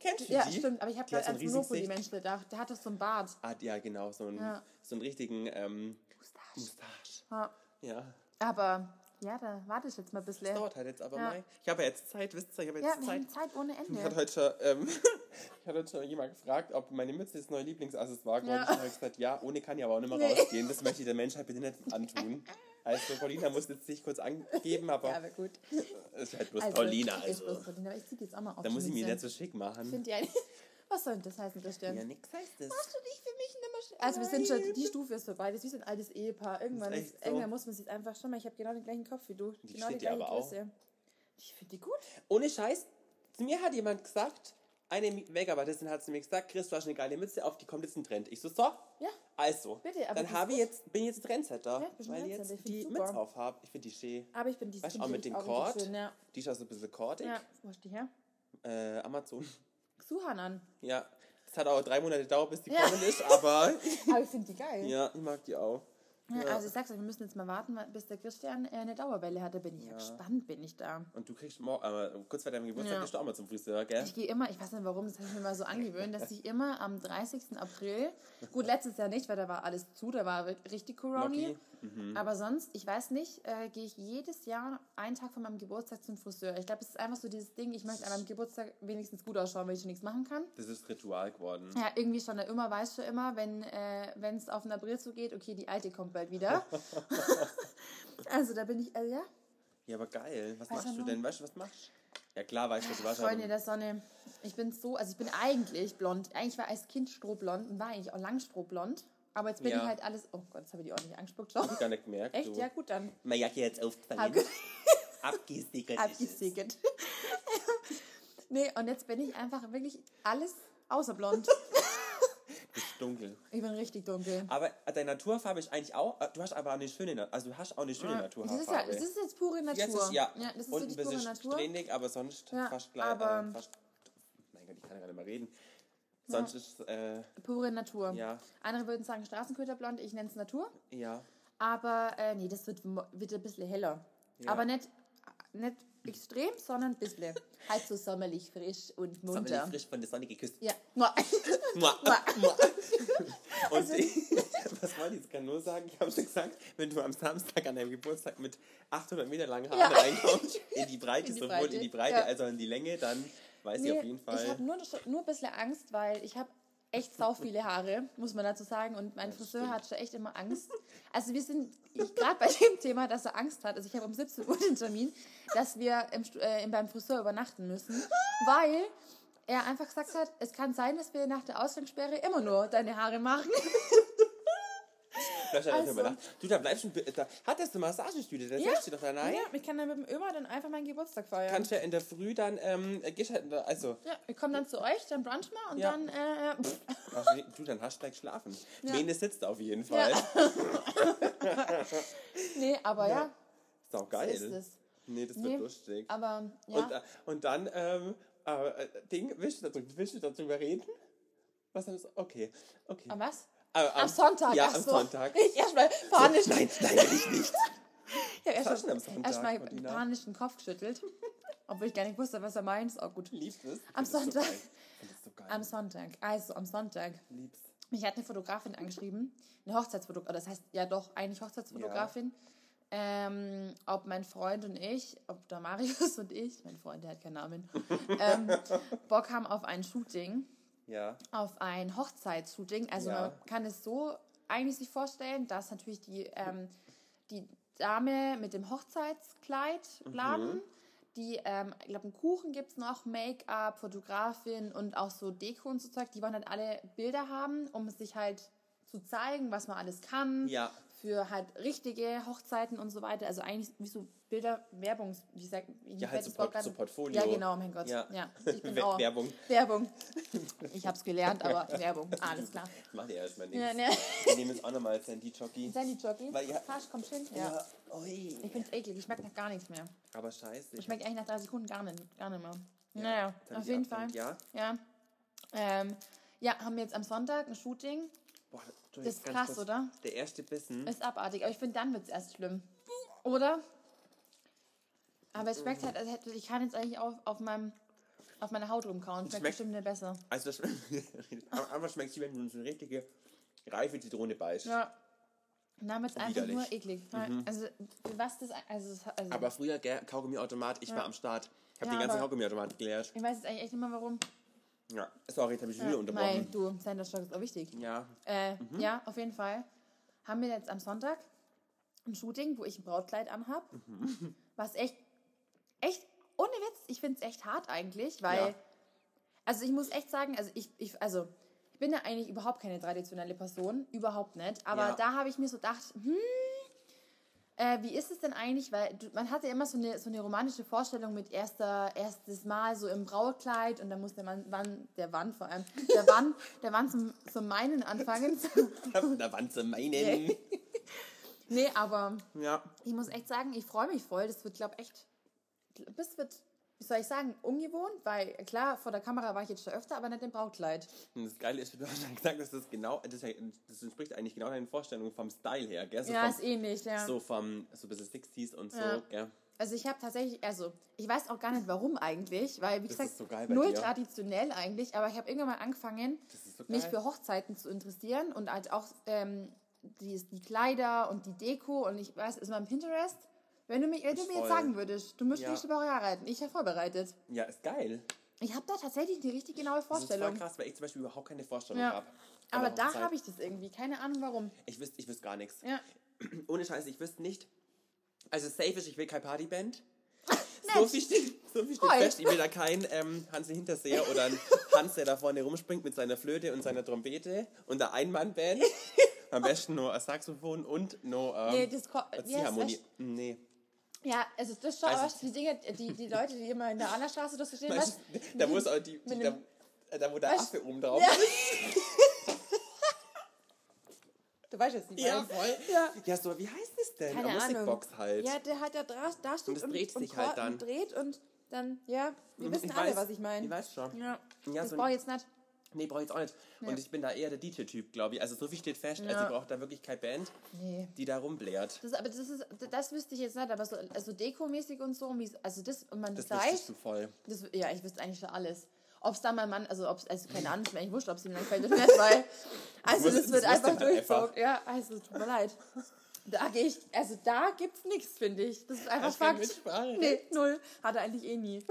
Speaker 4: Kennst du
Speaker 2: ja,
Speaker 4: die?
Speaker 2: stimmt. Aber ich habe
Speaker 4: Die
Speaker 2: gerade
Speaker 4: hat so ein
Speaker 2: als
Speaker 4: riesiges Gesicht.
Speaker 2: Monopoly-Mensch gedacht. Der hat doch so einen Bart.
Speaker 4: Ah, ja, genau, so einen,
Speaker 2: Ja.
Speaker 4: so einen richtigen ähm,
Speaker 2: Mustache.
Speaker 4: Mustache.
Speaker 2: Ja.
Speaker 4: Ja.
Speaker 2: Aber ja, da warte ich jetzt mal ein bisschen.
Speaker 4: Das dauert halt jetzt aber
Speaker 2: Ja.
Speaker 4: mal. Ich habe ja jetzt Zeit, wisst ihr, ich habe jetzt
Speaker 2: Ja, wir
Speaker 4: Zeit.
Speaker 2: haben Zeit ohne Ende.
Speaker 4: Ich hatte heute schon, ähm, [LAUGHS] ich hatte heute schon jemand gefragt, ob meine Mütze das neue Lieblingsaccessoire geworden ist.
Speaker 2: Ja.
Speaker 4: Und ich habe gesagt, ja, ohne kann ich aber auch nicht mehr
Speaker 2: Nee.
Speaker 4: rausgehen. Das möchte ich der Menschheit bitte nicht antun. Also Paulina muss jetzt sich kurz angeben, aber
Speaker 2: Ja, aber gut.
Speaker 4: es ist halt bloß Paulina.
Speaker 2: Ist
Speaker 4: Also.
Speaker 2: bloß Paulina. aber Ich ziehe jetzt auch mal auf.
Speaker 4: Da
Speaker 2: die
Speaker 4: muss ich mich
Speaker 2: Mütze.
Speaker 4: nicht so schick machen.
Speaker 2: Find die eigentlich- [LAUGHS] Was soll denn das heißen, Christian?
Speaker 4: Ja, nix heißt es.
Speaker 2: Machst du dich für mich nimmer schön? Also wir sind schon, die Stufe ist vorbei. Das ist wie so ein altes Ehepaar. Irgendwann,
Speaker 4: Das ist
Speaker 2: ist
Speaker 4: echt so.
Speaker 2: irgendwann muss man sich einfach schon mal. Ich habe genau den gleichen Kopf wie du.
Speaker 4: Die
Speaker 2: genau
Speaker 4: steht dir aber auch.
Speaker 2: Ich finde die gut.
Speaker 4: Ohne Scheiß, zu mir hat jemand gesagt, eine Megabyteistin hat zu mir gesagt, Chris, du hast eine geile Mütze auf, die kommt jetzt ein Trend. Ich so, so,
Speaker 2: Ja.
Speaker 4: also.
Speaker 2: Bitte, aber die
Speaker 4: dann
Speaker 2: ist
Speaker 4: habe ich
Speaker 2: gut.
Speaker 4: jetzt, bin ich jetzt ein Trendsetter,
Speaker 2: Ja, bist ein
Speaker 4: weil ich
Speaker 2: Trendsetter, ich
Speaker 4: jetzt
Speaker 2: find's
Speaker 4: die
Speaker 2: super. Ah.
Speaker 4: Mütze auf habe. Ich finde die schön.
Speaker 2: Aber ich bin die
Speaker 4: Weißt du,
Speaker 2: die
Speaker 4: auch mit
Speaker 2: finde
Speaker 4: dem
Speaker 2: ich richtig
Speaker 4: Kord.
Speaker 2: schön, Ja.
Speaker 4: Die ist auch so ein bisschen kortig.
Speaker 2: ja. Wo hast du die her?
Speaker 4: Äh, Amazon. [LAUGHS]
Speaker 2: Suhan an.
Speaker 4: Ja. Es hat auch drei Monate gedauert, bis die
Speaker 2: Ja.
Speaker 4: kommen ist, aber
Speaker 2: [LAUGHS] [LAUGHS] Aber ich finde die geil.
Speaker 4: ja, ich mag die auch.
Speaker 2: Ja,
Speaker 4: Ja.
Speaker 2: Also ich sag's euch, wir müssen jetzt mal warten, weil- bis der Christian äh, eine Dauerwelle hat. Da bin ich ja.
Speaker 4: Ja.
Speaker 2: gespannt, bin ich da.
Speaker 4: Und du kriegst morgen, äh, kurz vor deinem Geburtstag
Speaker 2: Ja.
Speaker 4: gehst du auch mal zum Friseur, gell?
Speaker 2: Ich gehe immer, ich weiß nicht warum, das habe ich mir mal so angewöhnt, dass ich immer am 30. April, gut, letztes Jahr nicht, weil da war alles zu, da war richtig Corona. Mhm.
Speaker 4: Locky.
Speaker 2: Aber sonst, ich weiß nicht, äh, gehe ich jedes Jahr einen Tag von meinem Geburtstag zum Friseur. Ich glaube, es ist einfach so dieses Ding, ich möchte an meinem Geburtstag wenigstens gut ausschauen, weil ich schon nichts machen kann.
Speaker 4: Das ist Ritual geworden.
Speaker 2: Ja, irgendwie schon, immer weißt du immer, wenn äh, es auf den April zugeht, okay, die alte kommt bald wieder. also da bin ich, äh, ja,
Speaker 4: Ja, aber geil. Was
Speaker 2: Weiß er
Speaker 4: machst du
Speaker 2: noch?
Speaker 4: denn? Weißt du, was machst du? Ja, klar, weißt du, du warst
Speaker 2: Freunde
Speaker 4: schon.
Speaker 2: der Sonne. Ich bin so, also ich bin eigentlich blond. Eigentlich war ich als Kind strohblond und war eigentlich auch lang strohblond. Aber jetzt bin
Speaker 4: Ja.
Speaker 2: ich halt alles. Oh Gott, jetzt habe ich die ordentlich angespuckt.
Speaker 4: [LAUGHS]
Speaker 2: Schau.
Speaker 4: Gar nicht gemerkt.
Speaker 2: Echt?
Speaker 4: du.
Speaker 2: Ja, gut, dann.
Speaker 4: Meine Jacke jetzt
Speaker 2: Hab-
Speaker 4: aufgefallen. [LAUGHS] Abgesickert. Abgesickert.
Speaker 2: Abgesickert. [LAUGHS] nee, und jetzt bin ich einfach wirklich alles außer blond.
Speaker 4: Ist dunkel.
Speaker 2: Ich bin richtig dunkel.
Speaker 4: Aber deine Naturfarbe ist eigentlich auch. äh, Du hast aber eine schöne, Na- also du hast auch eine schöne Naturfarbe.
Speaker 2: Das ist, ja, das ist jetzt pure Natur.
Speaker 4: Jetzt ist, ja.
Speaker 2: das ist
Speaker 4: Und ein
Speaker 2: wirklich pure
Speaker 4: bisschen
Speaker 2: Natur.
Speaker 4: strähnig, aber sonst
Speaker 2: Ja,
Speaker 4: fast gleich.
Speaker 2: aber-
Speaker 4: äh, fast, mein Gott, ich kann ja gar nicht mehr reden. Sonst ist äh,
Speaker 2: Pure Natur.
Speaker 4: Ja.
Speaker 2: Andere würden sagen Straßenköterblond, ich nenne es Natur.
Speaker 4: ja.
Speaker 2: Aber äh, nee, das wird, mo- wird ein bisschen heller.
Speaker 4: Ja.
Speaker 2: Aber nicht, nicht extrem, sondern ein bisschen. halt so sommerlich frisch und munter.
Speaker 4: Sommerlich frisch von der Sonne geküsst. [LAUGHS]
Speaker 2: Ja. Mua.
Speaker 4: Mua,
Speaker 2: Mua.
Speaker 4: mua.
Speaker 2: also-
Speaker 4: Und ich, [LAUGHS] was wollte ich? Ich kann nur sagen, ich habe schon gesagt, wenn du am Samstag an deinem Geburtstag mit 800 Meter langen Haaren
Speaker 2: Ja. [LAUGHS]
Speaker 4: reinkommst, in die Breite,
Speaker 2: In die
Speaker 4: sowohl
Speaker 2: Breite,
Speaker 4: in die Breite
Speaker 2: ja.
Speaker 4: als auch in die Länge, dann weiß ich
Speaker 2: Nee,
Speaker 4: auf jeden
Speaker 2: Ich habe
Speaker 4: Fall.
Speaker 2: nur, nur ein bisschen Angst, weil ich habe echt sau viele Haare, muss man dazu sagen. Und mein
Speaker 4: Ja,
Speaker 2: Friseur
Speaker 4: stimmt.
Speaker 2: hat schon echt immer Angst. Also wir sind gerade bei dem Thema, dass er Angst hat. Also ich habe um 17 Uhr den Termin, dass wir im, Stu- äh, beim Friseur übernachten müssen, weil er einfach gesagt hat, es kann sein, dass wir nach der Ausgangssperre immer nur deine Haare machen.
Speaker 4: Vielleicht hat er
Speaker 2: also-
Speaker 4: also. überdacht. Du, da bleibst du. Da, hat das eine Massagestühle, da setzt du doch da rein.
Speaker 2: Ja, ich kann dann mit dem Ömer dann einfach meinen Geburtstag feiern.
Speaker 4: Kannst ja in der Früh dann, ähm, gehst halt, in der- also,
Speaker 2: ja, ich komme dann zu euch, dann brunch mal und
Speaker 4: Ja.
Speaker 2: dann äh, pff,
Speaker 4: hast du, du, dann hast du gleich schlafen.
Speaker 2: Ja.
Speaker 4: Mene sitzt auf jeden Fall. [LAUGHS]
Speaker 2: Ja. [LAUGHS] nee, aber ja,
Speaker 4: Ist auch geil.
Speaker 2: ist es.
Speaker 4: Nee, das
Speaker 2: Nee,
Speaker 4: wird lustig.
Speaker 2: Aber ja,
Speaker 4: Und, äh, und dann, ähm, äh, äh, Ding, willst du, darüber, willst du darüber reden? Was haben wir Okay, okay.
Speaker 2: am Ah, was?
Speaker 4: Äh,
Speaker 2: Am Sonntag.
Speaker 4: Ja,
Speaker 2: ach
Speaker 4: am
Speaker 2: so. [LAUGHS]
Speaker 4: Sonntag.
Speaker 2: Ich erstmal panisch.
Speaker 4: Nein, nein, ich nicht.
Speaker 2: [LAUGHS] ich hab erst
Speaker 4: Taschen am
Speaker 2: mal-
Speaker 4: Sonntag,
Speaker 2: erst mal
Speaker 4: Martina.
Speaker 2: panisch den Kopf geschüttelt. [LAUGHS] Obwohl ich gar nicht wusste, was er meint. Ist auch gut.
Speaker 4: Liebst es?
Speaker 2: Am
Speaker 4: Findest du
Speaker 2: Sonntag.
Speaker 4: geil? Findest du geil?
Speaker 2: Am Sonntag. Also, am Sonntag.
Speaker 4: Liebst.
Speaker 2: Mich hat eine Fotografin angeschrieben. Eine Hochzeitsfotografin. Das heißt, ja doch, eigentlich Hochzeitsfotografin. Ähm, ob mein Freund und ich, ob der Marius [LAUGHS] und ich, mein Freund, der hat keinen Namen, [LAUGHS] ähm, Bock haben auf ein Shooting.
Speaker 4: Ja.
Speaker 2: auf ein Hochzeitsshooting. Also
Speaker 4: Ja.
Speaker 2: man kann es so eigentlich sich vorstellen, dass natürlich die, ähm, die Dame mit dem
Speaker 4: Mhm.
Speaker 2: Hochzeitskleidladen, die, ähm, ich glaube, einen Kuchen gibt es noch, Make-up, Fotografin und auch so Deko und so Zeug, die wollen halt alle Bilder haben, um sich halt zu zeigen, was man alles kann.
Speaker 4: Ja.
Speaker 2: Für halt richtige Hochzeiten und so weiter. Also eigentlich wie so Bilder, Werbungs... Wie sag, wie
Speaker 4: Ja, halt so, Port so Portfolio.
Speaker 2: Ja, genau, mein Gott. Ja.
Speaker 4: Ja.
Speaker 2: Ich bin
Speaker 4: [LAUGHS] Wer-
Speaker 2: auch,
Speaker 4: Werbung.
Speaker 2: Werbung. Ich hab's gelernt, aber [LAUGHS] Werbung. Alles klar.
Speaker 4: Mach dir erstmal nichts.
Speaker 2: Ja,
Speaker 4: Ja,
Speaker 2: ne.
Speaker 4: Wir nehmen jetzt auch nochmal Sandy Jockey.
Speaker 2: Sandy Jockey.
Speaker 4: Weil ihr-
Speaker 2: Fasch, komm schön. Ja. Ich
Speaker 4: Ui.
Speaker 2: find's eklig. Ich schmeckt nach gar nichts mehr.
Speaker 4: Aber scheiße.
Speaker 2: Ich schmeckt eigentlich nach drei Sekunden gar nicht, gar nicht mehr. naja,
Speaker 4: Sandy
Speaker 2: auf jeden Fall.
Speaker 4: Abend, Ja.
Speaker 2: Ja. Ähm, ja, haben wir jetzt am Sonntag ein Shooting.
Speaker 4: Boah, Entschuldigung,
Speaker 2: Das ist
Speaker 4: ganz
Speaker 2: krass,
Speaker 4: kurz.
Speaker 2: oder?
Speaker 4: Der erste Bissen.
Speaker 2: Ist abartig. Aber ich finde, dann wird's erst schlimm. Oder? Aber es schmeckt halt, als hätte ich kann jetzt eigentlich auf, auf meinem auf meiner Haut rumkauen. Schmeckt,
Speaker 4: Schmeckt-
Speaker 2: bestimmt nicht besser.
Speaker 4: Also, das [LAUGHS] am Anfang schmeckt sie, wenn du so eine richtige reife Zitrone beißt.
Speaker 2: Ja. Na, wird's einfach
Speaker 4: Widerlich. Mhm.
Speaker 2: nur eklig. Also, was das. Also, es- also
Speaker 4: Aber früher, gell, Kaugummiautomat, ich war am Start. Ich habe
Speaker 2: Ja,
Speaker 4: den ganzen
Speaker 2: aber-
Speaker 4: Kaugummiautomat gelehrt.
Speaker 2: ich weiß jetzt eigentlich echt nicht mehr, warum.
Speaker 4: Ja, sorry, jetzt habe ich wieder
Speaker 2: Nein,
Speaker 4: unterbrochen. Mhm.
Speaker 2: du, Center Stock ist auch wichtig.
Speaker 4: Ja, [LAUGHS]
Speaker 2: Äh, Ja, auf jeden Fall. Haben wir jetzt am Sonntag ein Shooting, wo ich ein Brautkleid anhab.
Speaker 4: Mhm.
Speaker 2: Was echt, echt, ohne Witz, ich finde es echt hart eigentlich, weil,
Speaker 4: Ja.
Speaker 2: Also ich muss echt sagen, also ich, ich, also ich bin ja eigentlich überhaupt keine traditionelle Person, überhaupt nicht. Aber
Speaker 4: Ja.
Speaker 2: da habe ich mir so gedacht, hm, äh, wie ist es denn eigentlich? Weil du, man hatte immer so eine, so eine romantische Vorstellung mit erster, erstes Mal so im Brautkleid und dann muss der Mann, Mann der Wann vor allem, der Wann, der Wann zum, zum Meinen anfangen. [LAUGHS]
Speaker 4: Da waren sie meinen.
Speaker 2: nee, aber
Speaker 4: Ja.
Speaker 2: ich muss echt sagen, ich freue mich voll. Das wird, glaube ich, echt. Das wird, wie soll ich sagen, ungewohnt, weil klar, vor der Kamera war ich jetzt schon öfter, aber nicht im Brautkleid.
Speaker 4: Und das Geile ist, [LAUGHS] du hast schon gesagt, dass das genau, das, das entspricht eigentlich genau deinen Vorstellungen vom Style her, gell? So
Speaker 2: ja,
Speaker 4: vom,
Speaker 2: ist ähnlich, ja.
Speaker 4: So vom, so ein bisschen 60s und so,
Speaker 2: Ja.
Speaker 4: gell?
Speaker 2: Also ich habe tatsächlich, also ich weiß auch gar nicht warum eigentlich, weil wie
Speaker 4: Das
Speaker 2: gesagt,
Speaker 4: ist so geil bei
Speaker 2: null
Speaker 4: dir.
Speaker 2: traditionell eigentlich, aber ich habe irgendwann mal angefangen,
Speaker 4: Das ist so geil.
Speaker 2: mich für Hochzeiten zu interessieren und halt auch ähm, die, die Kleider und die Deko und ich weiß, ist mein Pinterest. Wenn du, mich, wenn du mir
Speaker 4: Voll.
Speaker 2: jetzt sagen würdest, du müsstest
Speaker 4: Ja.
Speaker 2: nächste Woche heiraten, ich habe vorbereitet.
Speaker 4: ja, ist geil.
Speaker 2: Ich habe da tatsächlich eine richtig genaue
Speaker 4: Das ist voll
Speaker 2: Vorstellung.
Speaker 4: krass, weil ich zum Beispiel überhaupt keine Vorstellung
Speaker 2: Ja.
Speaker 4: habe.
Speaker 2: Aber da habe ich das irgendwie, keine Ahnung warum.
Speaker 4: Ich wüsste, ich wüsste gar nichts.
Speaker 2: Ja.
Speaker 4: Ohne Scheiß, ich wüsste nicht. Also safe ist, ich will
Speaker 2: [LAUGHS]
Speaker 4: kein Partyband. so viel steht, so viel steht
Speaker 2: Voll.
Speaker 4: fest. Ich will da kein ähm, Hansi Hinterseher oder ein Hans, der da vorne rumspringt mit seiner Flöte und seiner Trompete und der Einmannband. Am besten nur ein Saxophon und nur ähm,
Speaker 2: Nee, das ko-
Speaker 4: eine
Speaker 2: wie heißt
Speaker 4: Ziehharmonie.
Speaker 2: das?
Speaker 4: Nee.
Speaker 2: Ja, also das ist schon
Speaker 4: Also-
Speaker 2: aber die Dinge, die, die Leute, die immer in der Annastraße das verstehen, was?
Speaker 4: Weißt du, da muss auch die, die
Speaker 2: Mit
Speaker 4: da,
Speaker 2: dem-
Speaker 4: da wo der
Speaker 2: Weißt-
Speaker 4: Affe oben drauf
Speaker 2: Ja.
Speaker 4: ist.
Speaker 2: Du weißt jetzt nicht.
Speaker 4: Ja,
Speaker 2: was-
Speaker 4: voll.
Speaker 2: Ja.
Speaker 4: Ja, so, wie heißt das denn?
Speaker 2: Keine
Speaker 4: eine
Speaker 2: Ahnung.
Speaker 4: Musikbox halt.
Speaker 2: Ja, der halt da, dra- da steht
Speaker 4: Und es dreht sich
Speaker 2: kor-
Speaker 4: halt dann.
Speaker 2: und dreht und dann, ja, wir
Speaker 4: Mhm,
Speaker 2: wissen
Speaker 4: ich
Speaker 2: alle,
Speaker 4: weiß.
Speaker 2: was ich meine.
Speaker 4: Ich weiß schon.
Speaker 2: Ja.
Speaker 4: Ja,
Speaker 2: das
Speaker 4: so ein-
Speaker 2: brauche ich jetzt nicht.
Speaker 4: Nee, brauche ich jetzt auch nicht. Und ich bin da eher der DJ-Typ, glaube ich. Also so viel steht fest. Also
Speaker 2: Ja.
Speaker 4: ich brauche da wirklich keine Band,
Speaker 2: Nee.
Speaker 4: die da rumblärt.
Speaker 2: Das, aber das ist, das wüsste ich jetzt nicht, aber so also dekomäßig und so, und wie's- also das, und man
Speaker 4: Das
Speaker 2: weiß,
Speaker 4: wüsstest du voll.
Speaker 2: Das, ja, ich wüsste eigentlich schon alles. Ob es da mein Mann, also ob also keine Ahnung, ist mir eigentlich wurscht, ob es ihm langfällt oder nicht, weil. Also
Speaker 4: Das
Speaker 2: das, wird
Speaker 4: wusste- das wusste
Speaker 2: einfach
Speaker 4: man
Speaker 2: durchzogen.
Speaker 4: einfach.
Speaker 2: Ja, also tut mir leid. Da gehe ich, also da gibt's nichts, finde ich. Das ist einfach
Speaker 4: Hast keine
Speaker 2: Fakt.
Speaker 4: Mitsprache?
Speaker 2: Nee, null. Hat er eigentlich eh nie.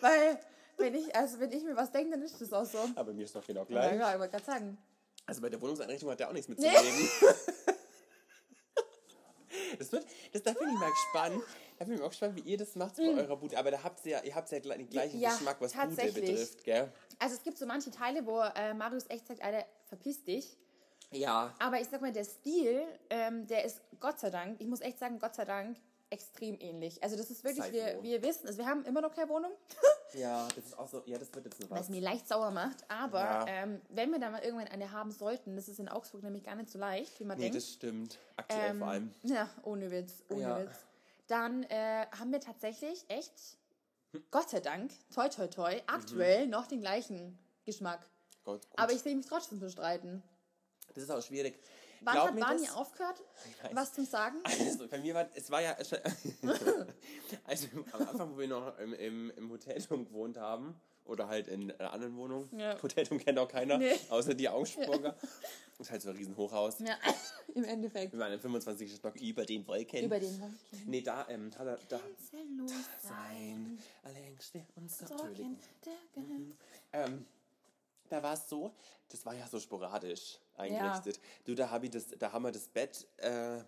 Speaker 2: weil, wenn ich, also wenn ich mir was denke, dann ist das auch so.
Speaker 4: Aber mir ist doch genau
Speaker 2: Ja,
Speaker 4: gleich.
Speaker 2: ja, ich wollte gerade sagen.
Speaker 4: Also bei der Wohnungseinrichtung hat er auch nichts
Speaker 2: Oh Nee.
Speaker 4: mitzureden. [LAUGHS] das wird, das, da bin ich mal gespannt. Da bin ich mal gespannt, wie ihr das macht bei eurer Bude. Aber da habt ihr ja, ihr habt ja gleich den gleichen
Speaker 2: Hm. Ja,
Speaker 4: Geschmack, was Bude
Speaker 2: tatsächlich.
Speaker 4: betrifft, gell?
Speaker 2: Also es gibt so manche Teile, wo äh, Marius echt sagt, Alter, verpiss dich.
Speaker 4: Ja.
Speaker 2: Aber ich sag mal, der Stil, ähm, der ist Gott sei Dank, ich muss echt sagen, Gott sei Dank, extrem ähnlich. Also das ist wirklich,
Speaker 4: Sei
Speaker 2: wir,
Speaker 4: froh.
Speaker 2: wir wissen, also wir haben immer noch keine Wohnung,
Speaker 4: Ja, das ist auch so, ja, das wird jetzt noch
Speaker 2: was
Speaker 4: was.
Speaker 2: mir leicht sauer macht. Aber
Speaker 4: Ja.
Speaker 2: ähm, wenn wir da mal irgendwann eine haben sollten, das ist in Augsburg nämlich gar nicht so leicht, wie man
Speaker 4: Nee,
Speaker 2: denkt.
Speaker 4: das stimmt. Aktuell
Speaker 2: Ähm,
Speaker 4: vor allem.
Speaker 2: Ja, ohne Witz, ohne
Speaker 4: Ja.
Speaker 2: Witz. Dann äh, haben wir tatsächlich echt, Gott sei Dank, toi toi toi, aktuell noch den gleichen Geschmack.
Speaker 4: Gott, Mhm. gut.
Speaker 2: Aber ich sehe mich trotzdem bestreiten.
Speaker 4: das ist auch schwierig.
Speaker 2: Wann
Speaker 4: Glaub
Speaker 2: hat
Speaker 4: mir
Speaker 2: Barney
Speaker 4: das?
Speaker 2: aufgehört,
Speaker 4: weiß.
Speaker 2: was zum Sagen?
Speaker 4: Also bei mir war, es war ja, [LAUGHS] also am Anfang, wo wir noch im, im, im Hotelturm [LAUGHS] gewohnt haben, oder halt in einer anderen Wohnung,
Speaker 2: Ja.
Speaker 4: Hotelturm kennt auch keiner,
Speaker 2: Nee.
Speaker 4: außer die Augsburger, ist halt so ein riesen Hochhaus,
Speaker 2: Ja, [LAUGHS] im Endeffekt.
Speaker 4: wir waren im 25. Stock über den Wolken.
Speaker 2: Über den Wolken.
Speaker 4: nee, da, ähm, da, da, da
Speaker 2: Grenzenlos
Speaker 4: sein, alle Ängste uns natürlich.
Speaker 2: Sorgen der Ge-
Speaker 4: Ähm, da war es so, das war ja so sporadisch eingerichtet. Du, da, hab ich das, da haben wir das Bett, äh,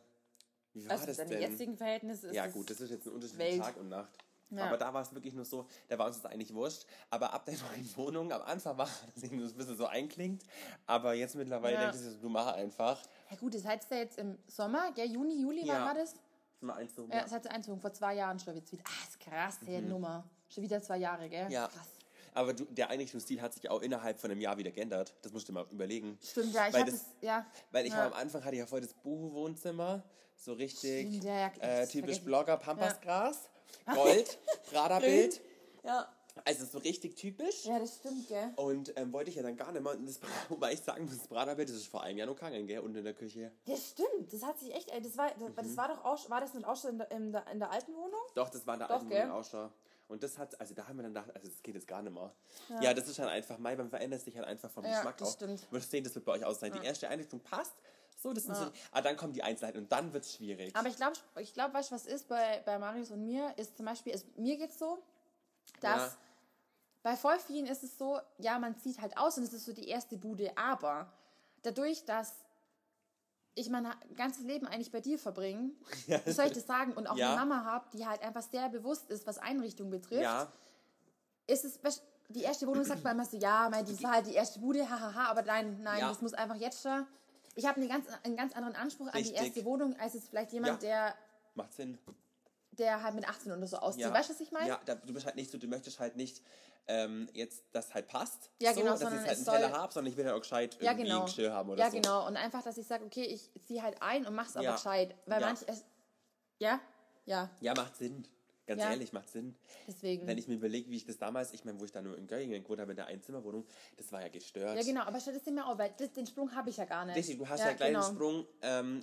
Speaker 4: wie war
Speaker 2: Also
Speaker 4: das
Speaker 2: das
Speaker 4: denn?
Speaker 2: deine jetzigen Verhältnisse ist
Speaker 4: Ja,
Speaker 2: das-
Speaker 4: gut, das ist jetzt ein Unterschied
Speaker 2: Welt.
Speaker 4: zwischen Tag und Nacht.
Speaker 2: Ja.
Speaker 4: Aber da war es wirklich nur so, da war uns das eigentlich wurscht. Aber ab der [LAUGHS] neuen Wohnung, am Anfang war [LAUGHS] das eben so ein bisschen so einklingt. Aber jetzt mittlerweile
Speaker 2: Ja.
Speaker 4: denke ich, so, du mach einfach.
Speaker 2: Ja gut, das heißt ja jetzt im Sommer, gell? Juni, Juli,
Speaker 4: Ja.
Speaker 2: wann war das?
Speaker 4: Mal eins so.
Speaker 2: Ja, das hat sie einzogen, vor zwei Jahren schon jetzt wieder. Ah, ist krass, hey, Nummer. Schon wieder zwei Jahre, gell?
Speaker 4: Mhm. Ja.
Speaker 2: Krass.
Speaker 4: Aber du, der Einrichtungsstil hat sich auch innerhalb von einem Jahr wieder geändert. Das musst du dir mal überlegen.
Speaker 2: Stimmt, ja, ich
Speaker 4: Weil
Speaker 2: hab
Speaker 4: das-
Speaker 2: das, ja.
Speaker 4: Weil ich
Speaker 2: ja.
Speaker 4: war am Anfang hatte ich ja voll das Buhu-Wohnzimmer. So richtig
Speaker 2: Stimmt, ja, ja, ich
Speaker 4: äh,
Speaker 2: hab's
Speaker 4: typisch
Speaker 2: vergessen.
Speaker 4: Blogger, Pampasgras,
Speaker 2: [LAUGHS]
Speaker 4: Gold, Prada-Bild.
Speaker 2: Ja.
Speaker 4: Also so richtig typisch.
Speaker 2: ja, das stimmt, gell?
Speaker 4: Und ähm, wollte ich ja dann gar nicht mehr. Und das, [LAUGHS] wobei ich sagen muss, das Braterbett das ist vor einem Jahr noch gegangen, gell? Unten in der Küche.
Speaker 2: Das stimmt, das hat sich echt, ey, das war, das,
Speaker 4: Mhm.
Speaker 2: das war doch auch, war das nicht auch schon in der, in der, in der alten Wohnung?
Speaker 4: Doch, das war in der
Speaker 2: Doch,
Speaker 4: alten
Speaker 2: gell?
Speaker 4: Wohnung auch schon. Und das hat, also da haben wir dann gedacht, also das geht jetzt gar nicht mehr. Ja, das ist halt einfach, Mai, man verändert sich halt einfach vom
Speaker 2: Ja,
Speaker 4: Geschmack
Speaker 2: das
Speaker 4: auch.
Speaker 2: stimmt.
Speaker 4: Würdest sehen, das wird bei euch auch sein. Die erste Einrichtung passt. So, das sind so. Ah, dann kommen die Einzelheiten und dann wird's schwierig.
Speaker 2: Aber ich glaube, ich glaub, weißt du, was ist bei, bei Marius und mir? Ist zum Beispiel, ist, mir geht es so, dass
Speaker 4: Ja.
Speaker 2: bei voll vielen ist es so, ja, man zieht halt aus und es ist so die erste Bude, aber dadurch, dass ich mein ha- ganzes Leben eigentlich bei dir
Speaker 4: [LAUGHS]
Speaker 2: verbringe, wie soll ich das sagen, und auch
Speaker 4: Ja.
Speaker 2: eine Mama habe, die halt einfach sehr bewusst ist, was Einrichtung betrifft,
Speaker 4: ja,
Speaker 2: ist es, weißt- die erste Wohnung sagt man immer so, ja, mein, das war halt die erste Bude, hahaha, aber nein, nein,
Speaker 4: Ja.
Speaker 2: das muss einfach jetzt schon. Ich habe einen ganz, einen ganz anderen Anspruch an die
Speaker 4: Richtig.
Speaker 2: erste Wohnung, als jetzt vielleicht jemand, der,
Speaker 4: Macht Sinn.
Speaker 2: der halt mit 18 oder so auszieht. Weißt du, was ich meine?
Speaker 4: Ja, da, du bist halt nicht so, du möchtest halt nicht ähm, jetzt, dass halt passt.
Speaker 2: Ja,
Speaker 4: so,
Speaker 2: genau,
Speaker 4: Dass ich
Speaker 2: sondern
Speaker 4: jetzt halt einen
Speaker 2: es
Speaker 4: Teller
Speaker 2: soll-
Speaker 4: habe, sondern ich will halt auch gescheit
Speaker 2: Ja,
Speaker 4: irgendwie
Speaker 2: genau.
Speaker 4: einen Chill haben oder
Speaker 2: ja,
Speaker 4: so.
Speaker 2: genau. Und einfach, dass ich sage, okay, ich ziehe halt ein und mach's aber
Speaker 4: Ja.
Speaker 2: gescheit. Weil
Speaker 4: Ja.
Speaker 2: manch es. Ja? Ja,
Speaker 4: Ja, macht Sinn. Ganz
Speaker 2: Ja.
Speaker 4: ehrlich, macht Sinn.
Speaker 2: deswegen.
Speaker 4: Wenn ich mir überlege, wie ich das damals, ich meine, wo ich da nur in Göttingen gewohnt habe, in der Einzimmerwohnung, das war ja gestört.
Speaker 2: ja, genau, aber statt das nicht mehr auch, weil das, den Sprung habe ich ja genau. gar nicht.
Speaker 4: Richtig, du hast ja, gleich einen Sprung ähm,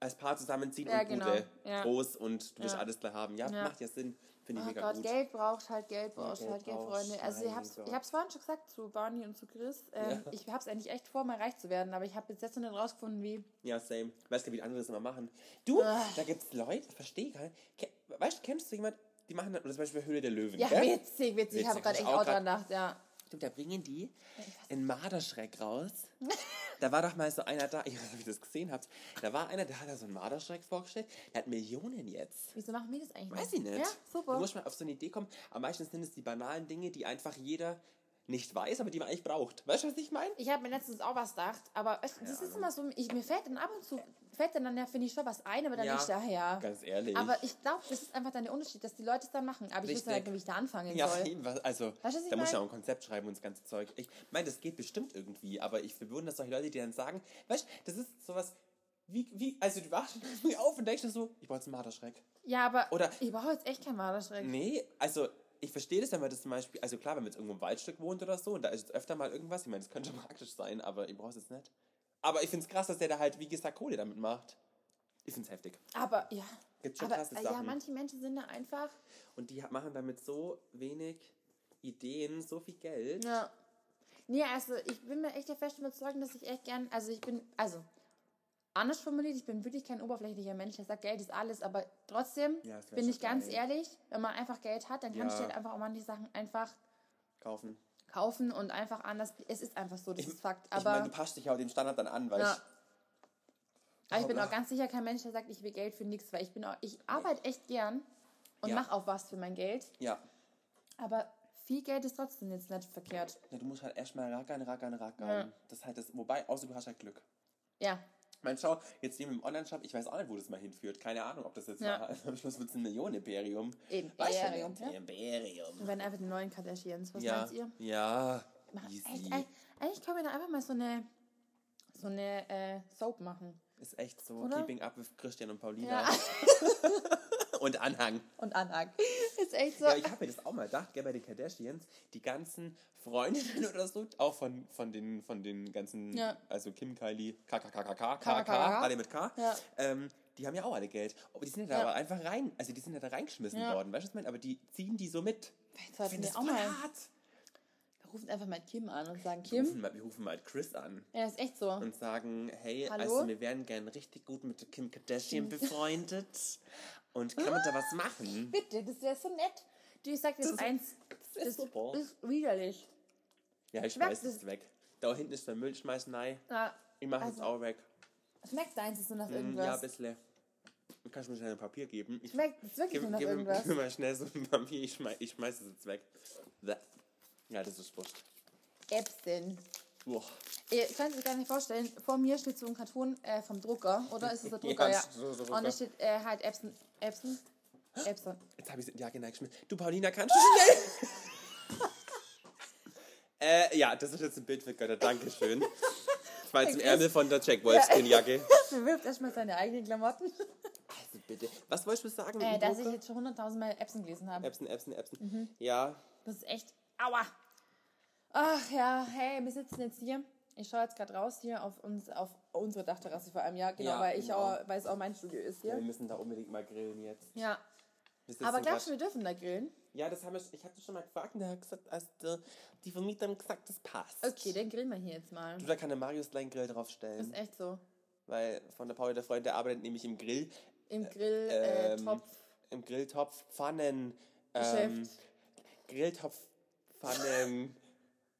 Speaker 4: als Paar zusammenziehen
Speaker 2: Ja,
Speaker 4: und
Speaker 2: genau.
Speaker 4: Bude
Speaker 2: Ja.
Speaker 4: groß und du willst
Speaker 2: Ja.
Speaker 4: alles gleich haben. Ja,
Speaker 2: Ja.
Speaker 4: macht ja Sinn. Finde ich
Speaker 2: Oh
Speaker 4: mega
Speaker 2: Gott,
Speaker 4: gut.
Speaker 2: Geld braucht halt, Geld braucht
Speaker 4: Geld
Speaker 2: halt, Geld,
Speaker 4: braucht,
Speaker 2: Freunde. Also ich
Speaker 4: mein
Speaker 2: hab's,
Speaker 4: Gott.
Speaker 2: ich hab's vorhin schon gesagt zu Barney und zu Chris. Ähm,
Speaker 4: Ja.
Speaker 2: Ich hab's eigentlich echt vor, mal reich zu werden, aber ich habe bis jetzt noch nicht rausgefunden, wie.
Speaker 4: Ja, same. Weißt du, wie die anderen das immer machen? Du,
Speaker 2: Ah.
Speaker 4: da gibt's Leute, das verstehe ich gar nicht. Ke- Weißt du, kennst du jemanden, die machen dann, oder zum Beispiel Höhle der Löwen,
Speaker 2: Ja,
Speaker 4: gell?
Speaker 2: witzig, witzig. Ich habe
Speaker 4: Witzig,
Speaker 2: gerade
Speaker 4: ich
Speaker 2: echt
Speaker 4: auch
Speaker 2: auch
Speaker 4: grad-
Speaker 2: dran gedacht, ja.
Speaker 4: Stimmt, da bringen die einen Marderschreck
Speaker 2: [LAUGHS]
Speaker 4: raus. da war doch mal so einer da, [LAUGHS] ich weiß nicht, ob ihr das gesehen habt, da war einer, der hat da so einen Marderschreck vorgestellt, der hat Millionen jetzt.
Speaker 2: Wieso machen wir das eigentlich
Speaker 4: Weiß ich nicht.
Speaker 2: Ja,
Speaker 4: Da
Speaker 2: super.
Speaker 4: muss man auf so eine Idee kommen. Am meisten sind es die banalen Dinge, die einfach jeder nicht weiß, aber die man eigentlich braucht. Weißt du, was ich meine?
Speaker 2: Ich habe mir letztens auch was gedacht, aber es, das ist immer so, ich, mir fällt dann ab und zu, fällt dann, dann ja, finde ich schon was ein, aber dann
Speaker 4: Ja.
Speaker 2: nicht ich da, ja.
Speaker 4: Ganz ehrlich.
Speaker 2: Aber ich glaube, das ist einfach dann der Unterschied, dass die Leute es dann machen. Aber ich wüsste
Speaker 4: Richtig.
Speaker 2: halt, nicht, wie ich da anfangen
Speaker 4: ja, [LAUGHS]
Speaker 2: soll.
Speaker 4: eben, was- also,
Speaker 2: Weißt du, was ich
Speaker 4: da muss ja
Speaker 2: mein?
Speaker 4: auch ein Konzept schreiben und das ganze Zeug. Ich meine, das geht bestimmt irgendwie, aber ich bewundere solche Leute, die dann sagen, weißt du, das ist sowas, wie, wie, also du wachst [LAUGHS] früh auf und denkst dir so, ich brauche jetzt einen Marderschreck.
Speaker 2: Ja, aber
Speaker 4: Oder-
Speaker 2: ich brauche jetzt echt keinen Marderschreck.
Speaker 4: Nee, also ich verstehe das, wenn man das zum Beispiel, also klar, wenn man jetzt irgendwo im Waldstück wohnt oder so und da ist jetzt öfter mal irgendwas, ich meine, das könnte [LAUGHS] praktisch sein, aber ich brauche es jetzt nicht. Aber ich finde es krass, dass der da halt, wie gesagt, Kohle damit macht. Ich finde es heftig.
Speaker 2: Aber ja.
Speaker 4: Gibt schon
Speaker 2: Aber
Speaker 4: krasse
Speaker 2: äh, ja,
Speaker 4: Sachen.
Speaker 2: manche Menschen sind da einfach.
Speaker 4: und die ha- machen damit so wenig Ideen, so viel Geld.
Speaker 2: Ja. Nee, also ich bin mir echt der festen Überzeugung, dass ich echt gern, also ich bin, also anders formuliert, ich bin wirklich kein oberflächlicher Mensch, der sagt, Geld ist alles, aber trotzdem
Speaker 4: Ja, das wär
Speaker 2: bin
Speaker 4: schon
Speaker 2: ich ganz
Speaker 4: geil.
Speaker 2: ehrlich, wenn man einfach Geld hat, dann kann ich
Speaker 4: Ja.
Speaker 2: halt einfach auch manche Sachen einfach
Speaker 4: Kaufen.
Speaker 2: kaufen und einfach anders. Es ist einfach so, das ist Fakt.
Speaker 4: ich meine,
Speaker 2: Aber
Speaker 4: du passt dich ja auch dem Standard dann an, weil
Speaker 2: Ja.
Speaker 4: ich,
Speaker 2: aber ich bin
Speaker 4: aber-
Speaker 2: auch ganz sicher kein Mensch, der sagt, ich will Geld für nichts, weil ich bin auch, ich arbeite echt gern und
Speaker 4: Ja.
Speaker 2: mache auch was für mein Geld,
Speaker 4: ja,
Speaker 2: aber viel Geld ist trotzdem jetzt nicht verkehrt.
Speaker 4: Ja, du musst halt erstmal rackern, rackern, rackern.
Speaker 2: Ja.
Speaker 4: Das ist halt das, wobei, außer du hast halt Glück.
Speaker 2: Ja,
Speaker 4: Mein Schau, jetzt neben dem Online-Shop, ich weiß auch nicht, wo das mal hinführt. Keine Ahnung, ob das jetzt
Speaker 2: Ja.
Speaker 4: mal, [LAUGHS] am Schluss wird es ein Millionen-Imperium.
Speaker 2: Imperium,
Speaker 4: Weißt du,
Speaker 2: ja. wir
Speaker 4: Imperium.
Speaker 2: werden einfach die neuen Kardashians. Was
Speaker 4: Ja,
Speaker 2: meint ihr?
Speaker 4: ja,
Speaker 2: Mach-
Speaker 4: easy.
Speaker 2: Echt, ey, eigentlich können wir da einfach mal so eine, so eine äh, Soap machen.
Speaker 4: Ist echt so,
Speaker 2: Oder?
Speaker 4: keeping up with Christian und Paulina.
Speaker 2: Ja.
Speaker 4: [LAUGHS] Und Anhang.
Speaker 2: Und Anhang. [LAUGHS] Ist echt so.
Speaker 4: Ja, ich habe mir das auch mal gedacht, gell, bei den Kardashians, die ganzen Freundinnen [LAUGHS] oder so, auch von, von, den, von den ganzen,
Speaker 2: Ja.
Speaker 4: also Kim, Kylie, KKKKK,
Speaker 2: KKK,
Speaker 4: KK, alle mit K,
Speaker 2: Ja.
Speaker 4: ähm, die haben ja auch alle Geld. Aber die sind ja da
Speaker 2: Ja.
Speaker 4: aber einfach rein, also die sind ja da reingeschmissen
Speaker 2: Ja.
Speaker 4: worden, weißt du, was ich meine? Aber die ziehen die so mit.
Speaker 2: Jetzt sollten
Speaker 4: finde
Speaker 2: wir
Speaker 4: das
Speaker 2: auch
Speaker 4: voll
Speaker 2: mal.
Speaker 4: hart.
Speaker 2: Wir rufen einfach mal Kim an und sagen,
Speaker 4: Wir
Speaker 2: Kim.
Speaker 4: rufen, mal, wir rufen mal Chris an
Speaker 2: Ja, ist echt so.
Speaker 4: und sagen, hey,
Speaker 2: Hallo?
Speaker 4: also wir wären gern richtig gut mit der Kim Kardashian befreundet und kann man da was machen?
Speaker 2: Bitte, das wäre so nett. Du, ich sag dir jetzt eins.
Speaker 4: ist
Speaker 2: Das
Speaker 4: super.
Speaker 2: ist widerlich.
Speaker 4: Ja, ich
Speaker 2: Schmeckt
Speaker 4: schmeiß es
Speaker 2: es?
Speaker 4: weg. Da hinten ist der Müll, schmeiß nein.
Speaker 2: Ja,
Speaker 4: Ich mach es
Speaker 2: Also,
Speaker 4: auch weg.
Speaker 2: schmeckt deins ist nur nach
Speaker 4: Mm, Ja, ein
Speaker 2: irgendwas.
Speaker 4: bisschen. Du kannst mir schnell ein Papier geben. Ich
Speaker 2: schmeckt es wirklich
Speaker 4: gib,
Speaker 2: nur nach
Speaker 4: gib, mir-
Speaker 2: irgendwas.
Speaker 4: gib mir mal schnell so ein Papier. Ich schmeiß, ich schmeiß es jetzt weg. Bäh. Ja, das ist wurscht.
Speaker 2: Äpfel.
Speaker 4: Boah.
Speaker 2: Ihr könnt euch gar nicht vorstellen, vor mir steht so ein Karton äh, vom Drucker, oder? Ist es
Speaker 4: [LAUGHS]
Speaker 2: der Drucker?
Speaker 4: Ja,
Speaker 2: ja.
Speaker 4: so- so Drucker.
Speaker 2: Und da steht äh, halt Epson. Epson?
Speaker 4: [LAUGHS]
Speaker 2: Epson.
Speaker 4: Jetzt habe ich es in die Jacke geschmissen. Du, Paulina, kannst du schnell? [LAUGHS] äh, ja, das ist jetzt ein Bild für Götter. Dankeschön. Das war jetzt im Ärmel von der Jack Wolfskin-Jacke.
Speaker 2: Bewirbt erstmal seine eigenen
Speaker 4: [LAUGHS]
Speaker 2: Klamotten.
Speaker 4: Also bitte. Was wolltest du sagen?
Speaker 2: Äh, dass ich
Speaker 4: Udoka?
Speaker 2: jetzt Mhm. schon 100.000 Mal Epson gelesen habe.
Speaker 4: Epson, Epson, Epson. Ja,
Speaker 2: Das ist echt. Aua! Ach ja, hey, wir sitzen jetzt hier. Ich schaue jetzt gerade raus hier auf uns, auf unsere Dachterrasse vor einem Jahr, genau,
Speaker 4: Ja,
Speaker 2: weil ich
Speaker 4: genau.
Speaker 2: auch, weil es auch mein Studio ist
Speaker 4: wir
Speaker 2: hier.
Speaker 4: müssen da unbedingt mal grillen jetzt.
Speaker 2: Ja.
Speaker 4: Wir sitzen
Speaker 2: Aber
Speaker 4: grad-
Speaker 2: glaubst du, wir dürfen da grillen?
Speaker 4: Ja, das haben wir, ich habe das schon mal gefragt und der hat gesagt, also der, die Vermieter haben gesagt, das passt.
Speaker 2: Okay, dann grillen wir hier jetzt mal.
Speaker 4: Du, da kann der Marius gleich einen Grill
Speaker 2: Das
Speaker 4: draufstellen.
Speaker 2: ist echt so.
Speaker 4: Weil von der Paul, der Freund, der arbeitet nämlich im Grill,
Speaker 2: Im Grill, äh,
Speaker 4: ähm,
Speaker 2: Topf.
Speaker 4: im Grilltopf, Pfannen, ähm,
Speaker 2: Geschäft.
Speaker 4: Grilltopf, Pfannen,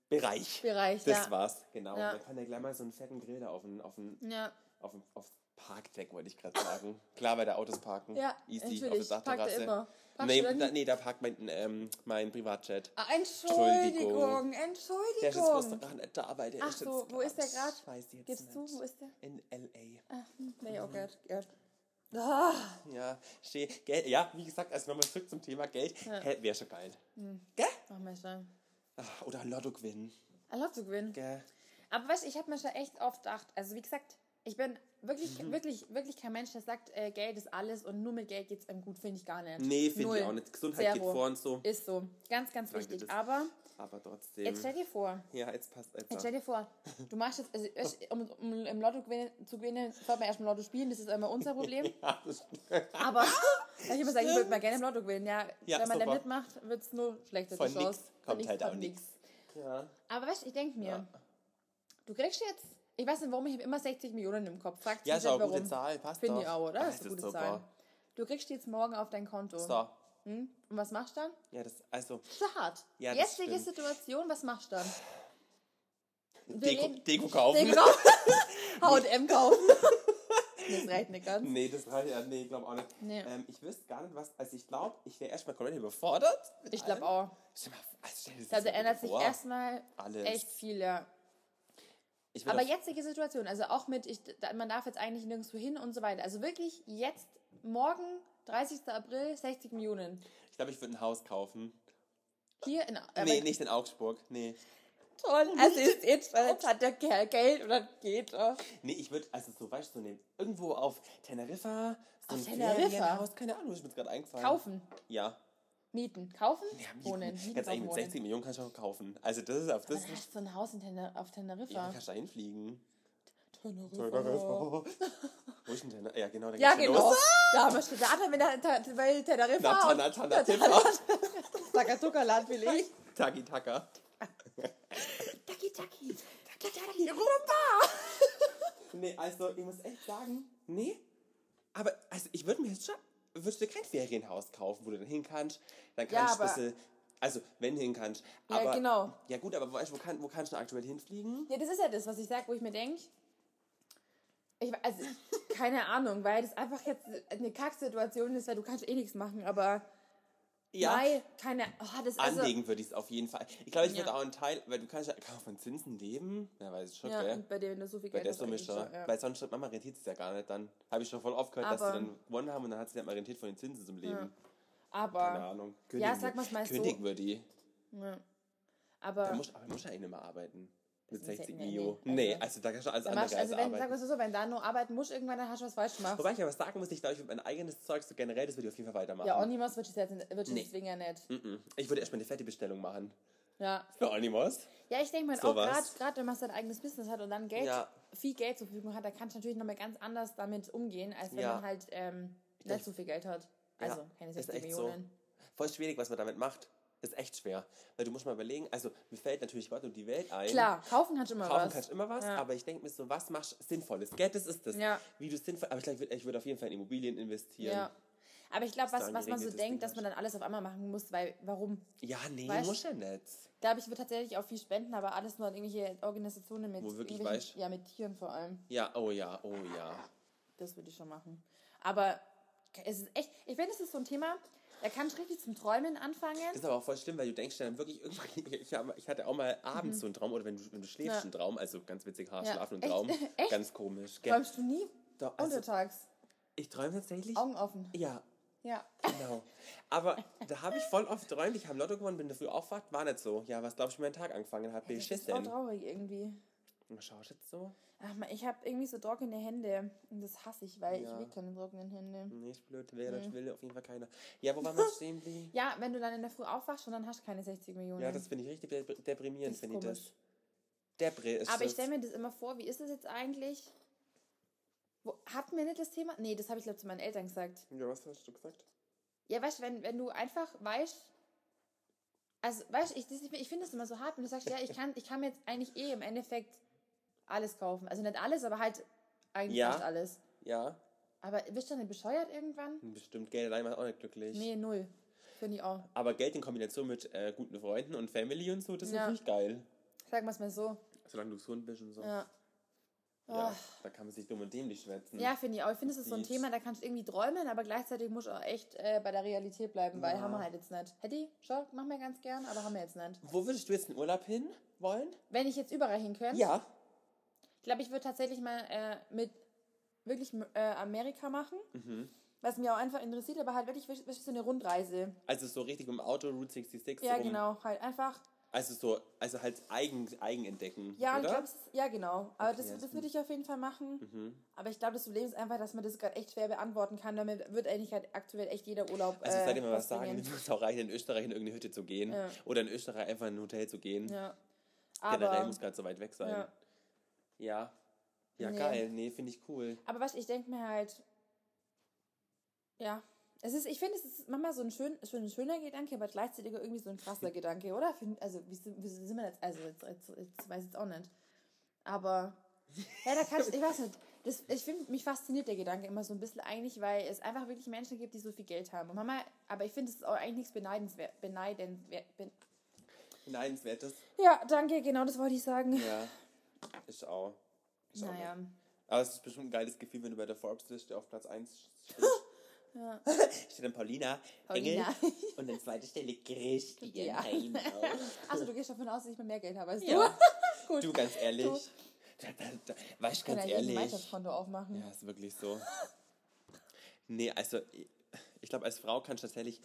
Speaker 4: Bereich.
Speaker 2: [LAUGHS] Bereich,
Speaker 4: Das
Speaker 2: ja.
Speaker 4: war's, genau.
Speaker 2: Ja.
Speaker 4: Dann kann der gleich mal so einen fetten Grill da auf den, auf den,
Speaker 2: Ja,
Speaker 4: auf den, aufs Parkdeck, wollte ich gerade sagen. Klar, bei der Autos parken.
Speaker 2: ja
Speaker 4: Easy, auf
Speaker 2: natürlich.
Speaker 4: der
Speaker 2: Packt er
Speaker 4: Dachterrasse.
Speaker 2: immer. Parkst
Speaker 4: nee,
Speaker 2: du da
Speaker 4: da,
Speaker 2: nie?
Speaker 4: nee, da parkt mein, ähm, mein Privatjet.
Speaker 2: Ah, Entschuldigung,
Speaker 4: Der ist jetzt bloß noch
Speaker 2: Entschuldigung.
Speaker 4: gerade nicht da, weil der
Speaker 2: Ach
Speaker 4: ist jetzt
Speaker 2: so, wo ist der grad?
Speaker 4: Ich weiß jetzt
Speaker 2: Gibst du,
Speaker 4: nicht.
Speaker 2: wo ist der?
Speaker 4: In L.A.
Speaker 2: Ah, nee, oh Gott, Gott. Ah,
Speaker 4: Ja, steh, Geld, ja, wie gesagt, also nochmal zurück zum Thema Geld. Hä, wäre schon geil. Gell?
Speaker 2: mach mal schon.
Speaker 4: Ach, oder Lotto gewinnen.
Speaker 2: Erlaubt zu gewinnen.
Speaker 4: Gell?
Speaker 2: Aber weißt du, ich habe mir schon echt oft gedacht, also wie gesagt, ich bin wirklich,
Speaker 4: Mhm.
Speaker 2: wirklich, wirklich kein Mensch, der sagt, äh, Geld ist alles und nur mit Geld geht es einem gut, finde ich gar nicht.
Speaker 4: Nee, finde
Speaker 2: Null.
Speaker 4: ich auch nicht. Gesundheit
Speaker 2: Zero.
Speaker 4: geht vor und so.
Speaker 2: Ist so. Ganz, ganz
Speaker 4: Danke,
Speaker 2: wichtig.
Speaker 4: das-
Speaker 2: Aber
Speaker 4: Aber trotzdem.
Speaker 2: jetzt stell dir vor,
Speaker 4: ja, jetzt passt
Speaker 2: jetzt
Speaker 4: einfach.
Speaker 2: stell dir vor, du machst jetzt, also, weißt du, um, um im Lotto gewinnen, zu gewinnen, sollte man erst im Lotto spielen, das ist immer unser Problem.
Speaker 4: [LAUGHS] Ja, das
Speaker 2: Aber weil ich immer sagen, ich würde mal gerne im Lotto gewinnen. Ja,
Speaker 4: Ja,
Speaker 2: wenn man da
Speaker 4: super.
Speaker 2: mitmacht, wird es nur schlechter. die
Speaker 4: Von nix
Speaker 2: Chance.
Speaker 4: kommt
Speaker 2: Von nix
Speaker 4: halt auch
Speaker 2: kommt
Speaker 4: nix. ja.
Speaker 2: Aber weißt du, ich denke mir,
Speaker 4: Ja.
Speaker 2: du kriegst jetzt, ich weiß nicht warum, ich habe immer 60 Millionen im Kopf. Fragst
Speaker 4: ja,
Speaker 2: mich
Speaker 4: ist auch
Speaker 2: nicht,
Speaker 4: eine gute
Speaker 2: warum.
Speaker 4: Zahl. Passt
Speaker 2: Finde
Speaker 4: doch.
Speaker 2: ich auch, oder?
Speaker 4: Ah,
Speaker 2: das ist eine gute Zahl. Du kriegst die jetzt morgen auf dein Konto.
Speaker 4: So.
Speaker 2: Hm? Und was machst du dann?
Speaker 4: Ja, das, also,
Speaker 2: So hart.
Speaker 4: Ja, das
Speaker 2: Jetzige
Speaker 4: stimmt.
Speaker 2: Situation, was machst du dann? Wir
Speaker 4: Deko,
Speaker 2: reden-
Speaker 4: Deko kaufen.
Speaker 2: Deko kaufen. [LAUGHS] H&M kaufen. das reicht nicht ganz.
Speaker 4: [LAUGHS] Nee, das reicht ja, nee, ich glaube auch nicht.
Speaker 2: Nee.
Speaker 4: Ähm, ich wüsste gar nicht, was, also ich glaube, ich wäre erstmal komplett überfordert. mit
Speaker 2: Ich glaube
Speaker 4: allem.
Speaker 2: auch.
Speaker 4: Stell dir mal vor- Also stell dir das
Speaker 2: Also
Speaker 4: jetzt mal
Speaker 2: ändert sich
Speaker 4: vor.
Speaker 2: erstmal
Speaker 4: Alles.
Speaker 2: echt viel, ja.
Speaker 4: Ich
Speaker 2: Aber
Speaker 4: aber jetzt.
Speaker 2: jetzige Situation, also auch mit, ich, da, man darf jetzt eigentlich nirgendwo hin und so weiter. Also wirklich jetzt, morgen, 30. April, 60 Millionen.
Speaker 4: Ich glaube, ich würde ein Haus kaufen.
Speaker 2: Hier in. aber-
Speaker 4: nee, nicht in Augsburg. Nee.
Speaker 2: Toll, also ist jetzt, weil jetzt hat der Kerl Geld und dann geht er.
Speaker 4: Nee, ich würde, also so, weißt du, so nehmen. Irgendwo auf Teneriffa. So
Speaker 2: Auf
Speaker 4: ein
Speaker 2: Teneriffa?
Speaker 4: Ferienhaus, keine Ahnung, ist mir jetzt gerade eingefallen.
Speaker 2: Kaufen,
Speaker 4: Ja.
Speaker 2: mieten, kaufen,
Speaker 4: ja mieten.
Speaker 2: wohnen. Mieten,
Speaker 4: Ganz
Speaker 2: kaufen,
Speaker 4: ehrlich, mit
Speaker 2: wohnen.
Speaker 4: 60 Millionen kannst du auch kaufen. Also, das ist auf das.
Speaker 2: Dann hast du ein Haus in Tener auf
Speaker 4: Ja,
Speaker 2: Teneriffa.
Speaker 4: kannst
Speaker 2: [LAUGHS]
Speaker 4: du einfliegen.
Speaker 2: Teneriffa.
Speaker 4: [LAUGHS] Wo ist denn Teneriffa? Ja, genau. da
Speaker 2: Ja,
Speaker 4: geht's schon
Speaker 2: genau.
Speaker 4: los.
Speaker 2: Da haben wir schon, da hat er mit der, Ta- weil Teneriffa.
Speaker 4: Natana,
Speaker 2: und-
Speaker 4: Natana, Tipper.
Speaker 2: Takatukaland will ich.
Speaker 4: Taki, Taka.
Speaker 2: Taki, taki. Taki, taki. Europa.
Speaker 4: Nee, also ich muss echt sagen, nee. Aber also ich würde mir jetzt schon, würdest du kein Ferienhaus kaufen, wo du dann hin kannst, dann
Speaker 2: Ja,
Speaker 4: kannst du
Speaker 2: aber-
Speaker 4: ein bisschen, also wenn du hin kannst.
Speaker 2: Ja,
Speaker 4: aber,
Speaker 2: genau.
Speaker 4: Ja gut, aber weißt, du, wo, kann, wo kannst du denn aktuell hinfliegen?
Speaker 2: Ja, das ist ja das, was ich sage, wo ich mir denke, ich we- also keine Ahnung, weil das einfach jetzt eine Kacksituation ist, weil du kannst eh nichts machen, aber
Speaker 4: Ja,
Speaker 2: Mai, keine, oh, das ist
Speaker 4: anlegen würde ich es auf jeden Fall. Ich glaube, ich würde
Speaker 2: Ja.
Speaker 4: auch einen Teil, weil du kannst ja kann man von Zinsen leben, ja, weiß ich schon,
Speaker 2: so, ja,
Speaker 4: gell?
Speaker 2: und bei dem du so viel
Speaker 4: Bei
Speaker 2: Geld
Speaker 4: der Summe
Speaker 2: eigentlich
Speaker 4: schon.
Speaker 2: schon, ja.
Speaker 4: Weil sonst schreibt Mama rentiert es ja gar nicht. Dann habe ich schon voll aufgehört, dass
Speaker 2: Aber-
Speaker 4: sie dann gewonnen haben und dann hat sie nicht mehr rentiert von den Zinsen zum Leben. Keine
Speaker 2: aber,
Speaker 4: Ahnung.
Speaker 2: Ja,
Speaker 4: Kündigen
Speaker 2: sag mal's mal so.
Speaker 4: Kündigen wir die.
Speaker 2: ja. aber
Speaker 4: Da musst, aber musst du eigentlich nicht mehr arbeiten. Mit
Speaker 2: Das ist
Speaker 4: 60
Speaker 2: echt- nee,
Speaker 4: Mio.
Speaker 2: nee,
Speaker 4: Nee,
Speaker 2: also-
Speaker 4: also da kannst du alles
Speaker 2: da
Speaker 4: andere
Speaker 2: machst,
Speaker 4: als
Speaker 2: also wenn, sagen
Speaker 4: arbeiten.
Speaker 2: wir es so, wenn da nur arbeiten musst, irgendwann dann hast du was falsch gemacht.
Speaker 4: Wobei ich aber sagen muss, ich glaube, ich würde mein eigenes Zeug so generell, das würde ich auf jeden Fall weitermachen.
Speaker 2: ja, Onimos wird es jetzt wird
Speaker 4: Nee.
Speaker 2: deswegen ja nicht.
Speaker 4: Mhm. Ich würde erstmal eine fette Bestellung machen.
Speaker 2: Ja.
Speaker 4: Für Onimos.
Speaker 2: Ja, ich denke mal,
Speaker 4: So
Speaker 2: auch gerade,
Speaker 4: was.
Speaker 2: gerade wenn man sein eigenes Business hat und dann Geld,
Speaker 4: Ja.
Speaker 2: viel Geld zur Verfügung hat, da kannst du natürlich nochmal ganz anders damit umgehen, als wenn
Speaker 4: Ja.
Speaker 2: man halt ähm,
Speaker 4: glaub,
Speaker 2: nicht so viel Geld hat.
Speaker 4: Ja,
Speaker 2: Also keine
Speaker 4: ist
Speaker 2: 60
Speaker 4: echt so.
Speaker 2: Millionen.
Speaker 4: Voll schwierig, was man damit macht. Ist echt schwer. Weil du musst mal überlegen, also mir fällt natürlich Gott um die Welt ein.
Speaker 2: Klar, kaufen kannst du immer
Speaker 4: Kaufen
Speaker 2: was.
Speaker 4: kannst immer was,
Speaker 2: Ja.
Speaker 4: aber ich denke mir so, was machst du Sinnvolles? Geld, das ist das.
Speaker 2: Ja.
Speaker 4: Wie du sinnvoll, aber ich glaube, ich würde würd auf jeden Fall in Immobilien investieren.
Speaker 2: ja.
Speaker 4: Ja,
Speaker 2: Aber ich glaube,
Speaker 4: da
Speaker 2: was,
Speaker 4: ein
Speaker 2: was man so
Speaker 4: geregeltes Ding
Speaker 2: denkt, dass man
Speaker 4: hast.
Speaker 2: dann alles auf einmal machen muss, weil warum?
Speaker 4: nee,
Speaker 2: Weißt-
Speaker 4: muss ja nicht.
Speaker 2: Ich glaube, ich würde tatsächlich auch viel spenden, aber alles nur an irgendwelche Organisationen mit
Speaker 4: Wo wirklich
Speaker 2: irgendwelchen-
Speaker 4: weißt.
Speaker 2: Ja, mit Tieren vor allem.
Speaker 4: Ja, oh ja, oh ja.
Speaker 2: Das würde ich schon machen. Aber es ist echt, ich finde, es ist so ein Thema, da kannst du richtig zum Träumen anfangen.
Speaker 4: Das ist aber auch voll schlimm, weil du denkst dir dann wirklich irgendwann, [LAUGHS] ich, hab- ich hatte auch mal abends so einen Traum, oder wenn du, wenn du schläfst,
Speaker 2: Mhm. Ja.
Speaker 4: einen Traum, also ganz witzig, ha,
Speaker 2: Ja.
Speaker 4: schlafen und
Speaker 2: Echt?
Speaker 4: Traum,
Speaker 2: [LAUGHS] Echt?
Speaker 4: ganz komisch. Gell?
Speaker 2: Träumst du nie?
Speaker 4: Doch, also,
Speaker 2: Untertags.
Speaker 4: ich träume tatsächlich,
Speaker 2: Augen offen.
Speaker 4: ja,
Speaker 2: Ja.
Speaker 4: genau. Aber da habe ich voll oft geträumt, ich habe Lotto gewonnen, bin in der Früh aufgewacht, war nicht so. Ja, was glaubst du, wie mein Tag angefangen hat, bin ich
Speaker 2: Das ist auch
Speaker 4: schissen.
Speaker 2: traurig irgendwie.
Speaker 4: Schaust jetzt so?
Speaker 2: Ach man, ich habe irgendwie so trockene Hände. Und das hasse ich, weil
Speaker 4: Ja.
Speaker 2: ich will keine trockenen Hände.
Speaker 4: Nee, ist blöd, wer das will, auf jeden Fall keiner. Ja, wo
Speaker 2: [LAUGHS]
Speaker 4: waren wir stehen geblieben?
Speaker 2: Ja, wenn du dann in der Früh aufwachst und dann hast du keine 60 Millionen.
Speaker 4: Ja, das finde ich richtig dep- deprimierend,
Speaker 2: Das ist
Speaker 4: finde ich das.
Speaker 2: komisch.
Speaker 4: Depri ist
Speaker 2: Aber ich
Speaker 4: das.
Speaker 2: stelle mir das immer vor, wie ist das jetzt eigentlich? Wo, hatten wir nicht das Thema? Nee, das habe ich glaube zu meinen Eltern gesagt.
Speaker 4: Ja, was hast du gesagt?
Speaker 2: Ja, weißt du, wenn, wenn du einfach weißt, also weißt du, ich, das- ich finde das immer so hart, wenn du sagst, ja, ich kann, ich kann mir jetzt eigentlich eh im Endeffekt alles kaufen. Also nicht alles, aber halt eigentlich
Speaker 4: Ja.
Speaker 2: fast alles.
Speaker 4: Ja,
Speaker 2: Aber wirst du dann nicht bescheuert irgendwann?
Speaker 4: bestimmt, Geld allein macht auch nicht glücklich.
Speaker 2: Nee, null. Finde ich auch.
Speaker 4: Aber Geld in Kombination mit äh, guten Freunden und Family und so, das ist
Speaker 2: Ja.
Speaker 4: natürlich geil.
Speaker 2: Sagen wir es mal so.
Speaker 4: Solange du gesund bist und so.
Speaker 2: Ja.
Speaker 4: Ja, Hm. da kann man sich dumm und dämlich schwätzen.
Speaker 2: Ah. Ja, finde ich auch. Ich finde, es ist so ein
Speaker 4: Sieht.
Speaker 2: Thema, da kannst du irgendwie träumen, aber gleichzeitig musst du auch echt äh, bei der Realität bleiben, weil
Speaker 4: Ja.
Speaker 2: haben wir halt jetzt nicht. Hätte ich, schon, machen wir ganz gern, aber haben wir jetzt nicht.
Speaker 4: Wo würdest du jetzt in Urlaub hin wollen?
Speaker 2: Wenn ich jetzt überall hin könnte,
Speaker 4: Ja.
Speaker 2: ich glaube, ich würde tatsächlich mal äh, mit wirklich äh, Amerika machen,
Speaker 4: Mhm.
Speaker 2: was mir auch einfach interessiert, aber halt wirklich, wirklich so eine Rundreise.
Speaker 4: Also so richtig im Auto, Route 66
Speaker 2: Ja,
Speaker 4: rum.
Speaker 2: genau, halt einfach.
Speaker 4: Also so, also halt eigen, eigenentdecken.
Speaker 2: Ja, ich
Speaker 4: oder?
Speaker 2: glaube, ja, genau. Aber
Speaker 4: Okay, ja,
Speaker 2: das,
Speaker 4: Mhm.
Speaker 2: das
Speaker 4: stimmt.
Speaker 2: würde ich auf jeden Fall machen. Aber ich glaube, das Problem ist einfach, dass man das gerade echt schwer beantworten kann. Damit wird eigentlich halt aktuell echt jeder Urlaub.
Speaker 4: Also
Speaker 2: äh,
Speaker 4: seitdem wir was sagen,
Speaker 2: bringen.
Speaker 4: [LAUGHS] es muss auch reichen, in Österreich in irgendeine Hütte zu gehen.
Speaker 2: Ja.
Speaker 4: Oder in Österreich einfach in ein Hotel zu gehen.
Speaker 2: Ja.
Speaker 4: Generell
Speaker 2: Aber,
Speaker 4: muss gerade so weit weg sein.
Speaker 2: ja.
Speaker 4: Ja. Ja,
Speaker 2: Nee.
Speaker 4: geil. Nee, finde ich cool.
Speaker 2: aber was ich denke mir halt, ja, es ist, ich finde, es ist manchmal so ein, schön, so ein schöner Gedanke, aber gleichzeitig irgendwie so ein krasser Gedanke, oder? Find, also, wie, sind- wie sind wir jetzt? Also, jetzt, jetzt, jetzt weiß ich jetzt auch nicht. Aber, ja, da kann ich, ich weiß nicht. Das, ich finde, mich fasziniert der Gedanke immer so ein bisschen eigentlich, weil es einfach wirklich Menschen gibt, die so viel Geld haben. Und manchmal, aber ich finde, es ist auch eigentlich nichts beneidenswert. beneidenswert ben,
Speaker 4: Beneidenswertes.
Speaker 2: ja, danke, genau das wollte ich sagen.
Speaker 4: Ja. Ist auch. Ist auch
Speaker 2: Naja.
Speaker 4: nett. Aber es ist bestimmt ein geiles Gefühl, wenn du bei der Forbes-Liste auf Platz 1
Speaker 2: [GASPS] Ja.
Speaker 4: [LAUGHS] steht dann Paulina,
Speaker 2: Paulina.
Speaker 4: Engel
Speaker 2: [LAUGHS]
Speaker 4: und an zweiter Stelle Christian
Speaker 2: Ja.
Speaker 4: Heinau.
Speaker 2: Also, du gehst davon aus, dass ich mal mehr Geld habe als
Speaker 4: Ja.
Speaker 2: du. [LAUGHS] Gut.
Speaker 4: Du, ganz ehrlich. Da, da, da, weißt du,
Speaker 2: kann
Speaker 4: ganz
Speaker 2: ja jeden
Speaker 4: ehrlich.
Speaker 2: Gemeinschaftskonto aufmachen.
Speaker 4: Ja, ist wirklich so. nee, also, ich- ich glaube, als Frau kannst du tatsächlich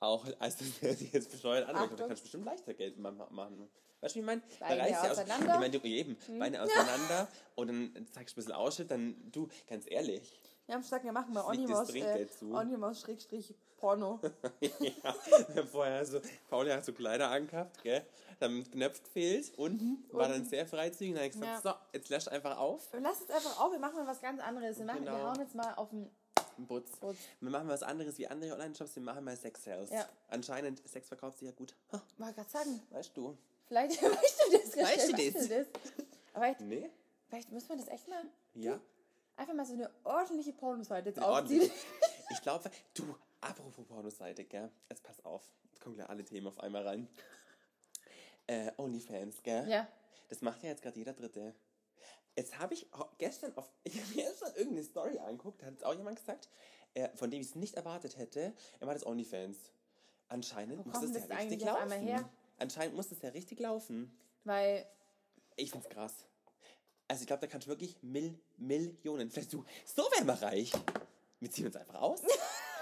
Speaker 4: auch, als [LAUGHS] das hört sich jetzt bescheuert an, aber ich glaub, du
Speaker 2: Achtung.
Speaker 4: kannst bestimmt leichter Geld ma- ma- machen. Weißt du, wie ich meine? Da
Speaker 2: Beine
Speaker 4: reißt ja aus, ich
Speaker 2: auseinander. Hm.
Speaker 4: meine, du- eben, Beine auseinander und dann zeigst du ein bisschen Ausschnitt, dann, du, ganz ehrlich, [LAUGHS]
Speaker 2: Wir haben gesagt, wir machen mal
Speaker 4: Fliegt das
Speaker 2: Onimos, äh,
Speaker 4: Trinkgeld zu?
Speaker 2: Onimos Schrägstrich
Speaker 4: [LAUGHS]
Speaker 2: Porno.
Speaker 4: ja, vorher so, Pauli hat so Kleider angehabt, gell, dann mit Knöpf gefehlt, unten, war dann sehr freizügig, dann habe ich gesagt, so, jetzt löscht einfach auf,
Speaker 2: Wir lassen es einfach auf, wir machen mal was ganz anderes. Wir, machen, wir
Speaker 4: Genau.
Speaker 2: hauen jetzt mal auf den
Speaker 4: Putz.
Speaker 2: Putz.
Speaker 4: Wir machen was anderes wie andere Online-Shops, wir machen mal Sex-Sales.
Speaker 2: Oh. Ja.
Speaker 4: Anscheinend, Sex verkauft sich ja gut. Ha,
Speaker 2: Wollte gerade sagen,
Speaker 4: weißt du?
Speaker 2: vielleicht [LAUGHS] weißt du das ganz
Speaker 4: Weißt
Speaker 2: schnell,
Speaker 4: du das?
Speaker 2: Aber vielleicht,
Speaker 4: Nee?
Speaker 2: vielleicht müssen wir das echt mal.
Speaker 4: Ja.
Speaker 2: Einfach mal so eine ordentliche Pornoseite jetzt
Speaker 4: Ordentlich.
Speaker 2: aufziehen.
Speaker 4: [LAUGHS] Ich glaube, du, apropos Pornoseite, gell? Jetzt pass auf. Jetzt kommen gleich alle Themen auf einmal rein. Äh, Onlyfans, gell?
Speaker 2: Ja.
Speaker 4: Das macht ja jetzt gerade jeder Dritte. Jetzt habe ich ho- gestern auf. [LAUGHS] Ich habe mir gestern irgendeine Story angeguckt, da hat jetzt auch jemand gesagt, äh, von dem ich es nicht erwartet hätte. Er macht jetzt Onlyfans. Anscheinend
Speaker 2: Wo
Speaker 4: muss
Speaker 2: kommt
Speaker 4: es
Speaker 2: das
Speaker 4: ja richtig
Speaker 2: eigentlich auf einmal
Speaker 4: laufen.
Speaker 2: her?
Speaker 4: Anscheinend muss es ja richtig laufen.
Speaker 2: Weil,
Speaker 4: Ich find's krass. Also ich glaube, da kannst du wirklich Mil Millionen. Vielleicht du, so werden wir reich. Wir ziehen uns einfach aus.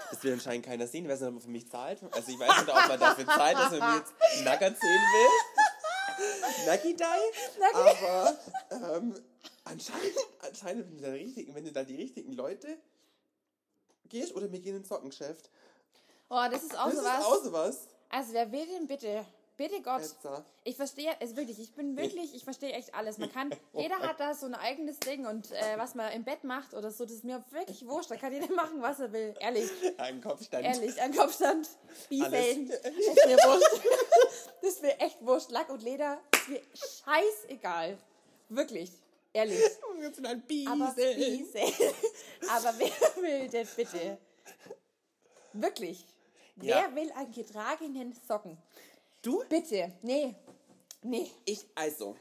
Speaker 4: Das will anscheinend keiner sehen. Ich weiß nicht, ob man für mich zahlt. Also ich weiß nicht, ob man dafür zahlt, dass man mir jetzt Nackert sehen will. Nuggy Die. Aber ähm, anscheinend, anscheinend wenn, du da richtig, wenn du da die richtigen Leute gehst oder wir gehen ins Sockengeschäft.
Speaker 2: oh, das ist auch
Speaker 4: Das
Speaker 2: so
Speaker 4: ist
Speaker 2: was.
Speaker 4: auch sowas.
Speaker 2: Also, wer will denn bitte? Bitte Gott.
Speaker 4: Etza.
Speaker 2: Ich verstehe, also wirklich, ich bin wirklich, ich verstehe echt alles. Man
Speaker 4: [LAUGHS]
Speaker 2: kann,
Speaker 4: Oh
Speaker 2: jeder hat da so ein eigenes Ding und äh, was man im Bett macht oder so, das ist mir wirklich wurscht. Da kann jeder machen, was er will. Ehrlich,
Speaker 4: Ein Kopfstand.
Speaker 2: ehrlich, an Kopfstand, Bifällen.
Speaker 4: [LAUGHS] Alles.
Speaker 2: [LAUGHS] Das ist mir wurscht. Das ist mir echt wurscht. Lack und Leder, das ist mir scheißegal. Wirklich, ehrlich.
Speaker 4: Jetzt sind ein Biesel.
Speaker 2: Aber Bifällen. [LAUGHS] Aber wer will denn bitte? Wirklich.
Speaker 4: Ja.
Speaker 2: Wer will an getragenen Socken?
Speaker 4: Du?
Speaker 2: Bitte, nee, nee.
Speaker 4: Ich, also.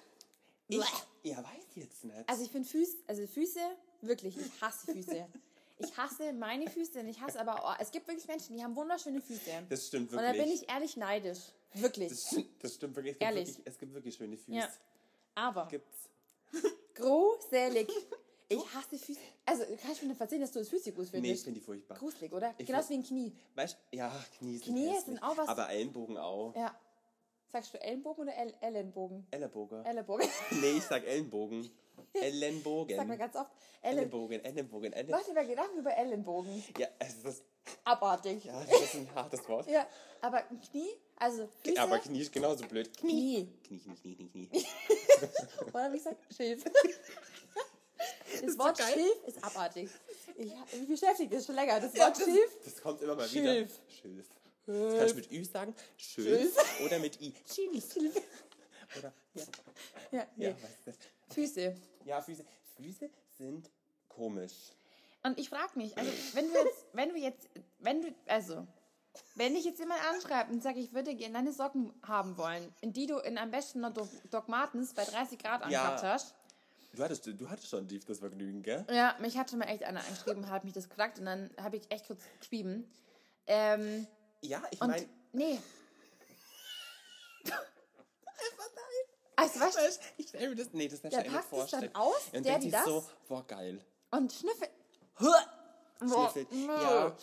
Speaker 4: Ich,
Speaker 2: Bleh.
Speaker 4: ja, weiß jetzt nicht.
Speaker 2: Also ich finde Füße, also Füße, wirklich, ich hasse Füße. Ich hasse meine Füße und ich hasse aber, oh, es gibt wirklich Menschen, die haben wunderschöne Füße.
Speaker 4: das stimmt
Speaker 2: und
Speaker 4: wirklich.
Speaker 2: da bin ich ehrlich neidisch. Wirklich.
Speaker 4: das, stimmt- das stimmt wirklich. Es gibt
Speaker 2: Ehrlich.
Speaker 4: wirklich, es gibt wirklich schöne Füße.
Speaker 2: Ja. Aber
Speaker 4: Gibt's. [LAUGHS]
Speaker 2: gruselig. Ich hasse Füße. Also kannst du mir nicht verstehen, dass du das Füße gut
Speaker 4: Nee, ich
Speaker 2: findest?
Speaker 4: finde die furchtbar.
Speaker 2: gruselig, oder?
Speaker 4: Ich
Speaker 2: Genauso
Speaker 4: find-
Speaker 2: wie ein Knie.
Speaker 4: Weißt ja, Knie sind,
Speaker 2: Knie
Speaker 4: hässlich,
Speaker 2: sind auch was-
Speaker 4: Aber Ellenbogen auch.
Speaker 2: Ja. Sagst du Ellenbogen oder El Ellenbogen?
Speaker 4: Ellenbogen.
Speaker 2: Ellenbogen. [LAUGHS]
Speaker 4: nee, ich sag Ellenbogen. Ellenbogen.
Speaker 2: Sag mal ganz oft. Ellen
Speaker 4: Ellenbogen, Ellenbogen, Ellenbogen.
Speaker 2: Leute, wer Gedanken über Ellenbogen?
Speaker 4: Ja, es ist,
Speaker 2: Abartig. Ja.
Speaker 4: ja, das ist ein hartes Wort.
Speaker 2: aber ein Knie, also Füße,
Speaker 4: Aber Knie ist genauso blöd.
Speaker 2: Knie.
Speaker 4: Knie, Knie, Knie,
Speaker 2: [LAUGHS]
Speaker 4: Knie, Knie.
Speaker 2: Oder wie gesagt, [LAUGHS] Schilf. Das Wort
Speaker 4: geil.
Speaker 2: Schilf ist abartig. Ich, mich beschäftigt das schon länger. Das Wort Schilf.
Speaker 4: Das kommt immer mal
Speaker 2: Schilf.
Speaker 4: wieder. Schilf. Das kannst du mit Ü sagen. Schilf. Oder mit I. Schilf. Oder, ja,
Speaker 2: Ja, nee.
Speaker 4: ja, was ist das?
Speaker 2: Füße.
Speaker 4: Ja, Füße. Füße sind komisch.
Speaker 2: Und ich frage mich, also wenn du jetzt, wenn du jetzt, wenn du, also, wenn ich jetzt jemand anschreibe und sage, ich würde gerne deine Socken haben wollen, in die du in am besten noch Doc Martens bei 30 Grad angehabt hast,
Speaker 4: Du hattest, du hattest schon tief das Vergnügen, gell?
Speaker 2: Ja, mich hatte mal echt einer angeschrieben, hat mich das gesagt und dann habe ich echt kurz geschrieben. Ähm,
Speaker 4: Ja, ich
Speaker 2: und
Speaker 4: meine,
Speaker 2: nee. Also, weißt du,
Speaker 4: ich stelle mir das, nee, das ist
Speaker 2: Der
Speaker 4: nicht
Speaker 2: packt es dann
Speaker 4: vorstellen.
Speaker 2: aus,
Speaker 4: und
Speaker 2: der,
Speaker 4: denkt
Speaker 2: die
Speaker 4: sich
Speaker 2: das?
Speaker 4: so, boah, geil.
Speaker 2: und schnüffelt. Boah,
Speaker 4: Schnüffelt.
Speaker 2: nö.
Speaker 4: Ja,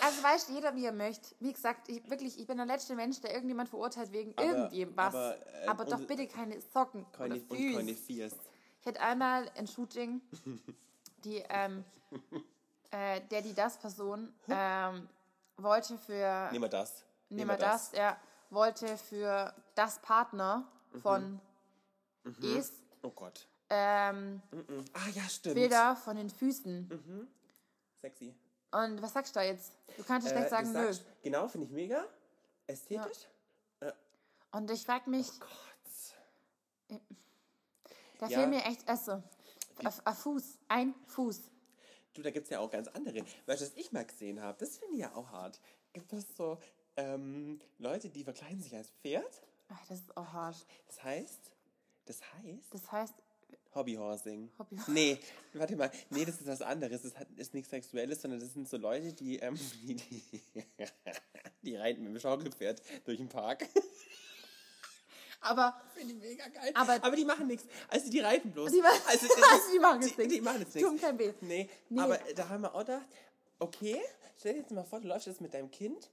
Speaker 2: Also weißt du, jeder wie er möchte. Wie gesagt, ich, wirklich, ich bin der letzte Mensch, der irgendjemand verurteilt wegen
Speaker 4: Aber-
Speaker 2: irgendjemand was.
Speaker 4: aber,
Speaker 2: Aber,
Speaker 4: äh,
Speaker 2: doch
Speaker 4: und-
Speaker 2: bitte keine Socken
Speaker 4: keine,
Speaker 2: oder
Speaker 4: und keine
Speaker 2: Füße.
Speaker 4: Fiers.
Speaker 2: Ich hatte einmal ein Shooting,
Speaker 4: [LAUGHS]
Speaker 2: die, ähm, äh, der, die, das Person ähm, wollte für,
Speaker 4: Nehmen wir das.
Speaker 2: nehmen wir das, ja, wollte für das Partner
Speaker 4: Mhm.
Speaker 2: von Es
Speaker 4: Oh Gott.
Speaker 2: ähm,
Speaker 4: Mhm. Ah, ja, stimmt.
Speaker 2: Bilder von den Füßen.
Speaker 4: Sexy.
Speaker 2: Und was sagst du da jetzt? Du kannst ja schlecht
Speaker 4: Äh,
Speaker 2: sagen,
Speaker 4: du
Speaker 2: nö.
Speaker 4: sagst- Genau, finde ich mega. Ästhetisch.
Speaker 2: Und ich frag mich,
Speaker 4: Oh Gott.
Speaker 2: da
Speaker 4: Ja.
Speaker 2: fehlen mir echt Esse. Auf, auf Fuß, ein Fuß.
Speaker 4: Du, da gibt es ja auch ganz andere. Weißt du, was ich mal gesehen habe? Das finde ich ja auch hart. Gibt es so ähm, Leute, die verkleiden sich als Pferd?
Speaker 2: Ach, das ist auch hart.
Speaker 4: Das heißt, das heißt
Speaker 2: Das heißt,
Speaker 4: Hobbyhorsing.
Speaker 2: Hobbyhorsing.
Speaker 4: Nee, warte mal. Nee, das ist was anderes. Das hat, ist nichts Sexuelles, sondern das sind so Leute, die, ähm, [LAUGHS] die, die, die reiten mit dem Schaukelpferd durch den Park.
Speaker 2: aber
Speaker 4: Finde ich mega geil.
Speaker 2: Aber-
Speaker 4: die machen nichts. Also die reiten bloß.
Speaker 2: Die machen- [LAUGHS]
Speaker 4: [LAUGHS] also,
Speaker 2: die machen jetzt
Speaker 4: die,
Speaker 2: nichts.
Speaker 4: die machen jetzt
Speaker 2: tun
Speaker 4: nichts.
Speaker 2: kein weh.
Speaker 4: Nee,
Speaker 2: Nee.
Speaker 4: aber äh, da haben wir auch gedacht, okay, stell dir jetzt mal vor, du läufst jetzt mit deinem Kind.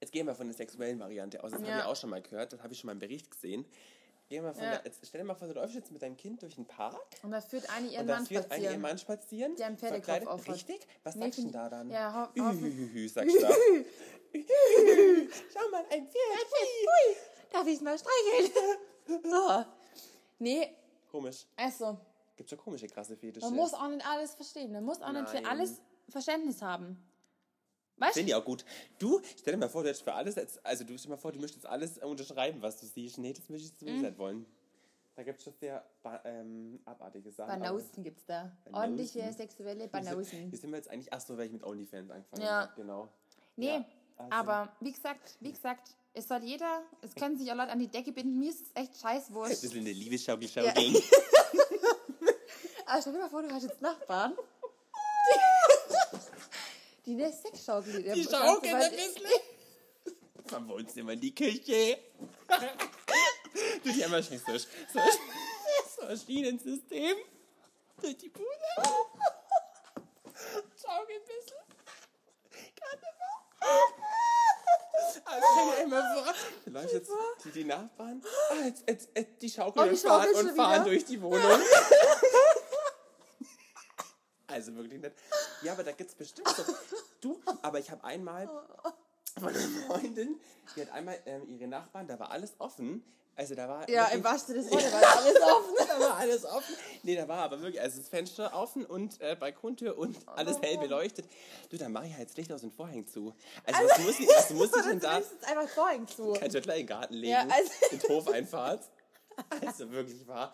Speaker 4: Jetzt gehen wir von der sexuellen Variante aus. Das
Speaker 2: Ja.
Speaker 4: habe ich auch schon mal gehört. Das habe ich schon mal im Bericht gesehen. Gehen wir von
Speaker 2: Ja.
Speaker 4: der, jetzt stell dir mal vor, du läufst jetzt mit deinem Kind durch den Park.
Speaker 2: Und da führt eine ihren
Speaker 4: Und da
Speaker 2: Mann
Speaker 4: führt ein
Speaker 2: spazieren.
Speaker 4: Ehemann spazieren.
Speaker 2: Der einen Pferdekopf
Speaker 4: verkleidet-
Speaker 2: auf hat.
Speaker 4: Richtig? Was
Speaker 2: Nee,
Speaker 4: sagst du denn
Speaker 2: find-
Speaker 4: da dann?
Speaker 2: Ja, ho hoffen-
Speaker 4: Ühühühü, [LAUGHS]
Speaker 2: [LAUGHS]
Speaker 4: sagst du da. Ühühühü. Schau mal, ein Pferd.
Speaker 2: Ui, darf ich mal
Speaker 4: [LAUGHS]
Speaker 2: streicheln? oh. Nee,
Speaker 4: Komisch.
Speaker 2: also,
Speaker 4: Gibt schon komische, krasse Fetische.
Speaker 2: man muss auch nicht alles verstehen. Man muss auch nicht
Speaker 4: Nein.
Speaker 2: für alles Verständnis haben. Weißt du?
Speaker 4: Finde ich auch gut. Du, stell dir mal vor, du hättest für alles, jetzt- also du stell dir mal vor, du möchtest alles unterschreiben, was du siehst. Nee, das möchte ich
Speaker 2: Mhm.
Speaker 4: zumindest nicht wollen. Da gibt es schon sehr ba- ähm, abartige Sachen. aber-
Speaker 2: Banausen gibt's da.
Speaker 4: Banausen.
Speaker 2: Ordentliche sexuelle
Speaker 4: Wie
Speaker 2: Banausen.
Speaker 4: sind wir jetzt eigentlich? Ach so, weil ich mit OnlyFans angefangen
Speaker 2: Ja.
Speaker 4: habe. Genau.
Speaker 2: Nee,
Speaker 4: Ja, also-
Speaker 2: aber wie gesagt, wie gesagt, es soll jeder, es können sich auch Leute an die Decke binden. Mir ist es echt
Speaker 4: Ein
Speaker 2: scheißwurscht.
Speaker 4: bisschen eine Liebesschaukel
Speaker 2: Ja. [LAUGHS]
Speaker 4: ging.
Speaker 2: Aber stell dir mal vor, du hast jetzt
Speaker 4: [LAUGHS]
Speaker 2: Nachbarn. Die, die eine Sexschaukel.
Speaker 4: Die Schaukel ein bisschen. Vom Wohnzimmer in die Küche. [LAUGHS] Durch die einmal schön so, so, [LAUGHS] so Schienensystem. Durch die Bude. [LAUGHS] Schaukel ein bisschen. Gerade mal. [LAUGHS] Also stell dir einmal vor, da läuft jetzt die, die Nachbarn. Ah, jetzt, jetzt, jetzt die Schaukel
Speaker 2: Oh, die
Speaker 4: und fahren,
Speaker 2: Schaukel
Speaker 4: und
Speaker 2: schon
Speaker 4: fahren
Speaker 2: wieder.
Speaker 4: durch die
Speaker 2: [LAUGHS]
Speaker 4: Wohnung. Also wirklich nicht. Ja, aber da gibt's bestimmt so. Du, aber ich habe einmal von einer Freundin, die hat einmal ähm, ihre Nachbarn, da war alles offen. Also da war.
Speaker 2: Ja,
Speaker 4: wirklich-
Speaker 2: im wahrsten Sinne des Wortes war alles offen.
Speaker 4: [LAUGHS] da war alles offen. Nee, da war aber wirklich, also das Fenster offen und äh, Balkontür und
Speaker 2: Oh
Speaker 4: alles hell beleuchtet. Du, dann mache ich halt das Licht aus dem Vorhang zu. Also, was muss ich, was muss ich
Speaker 2: [LAUGHS]
Speaker 4: denn [LAUGHS] da?
Speaker 2: jetzt einfach Vorhang zu.
Speaker 4: Kannst du gleich in den Garten legen.
Speaker 2: Ja, also-
Speaker 4: In den Hofeinfahrt. Also wirklich wahr.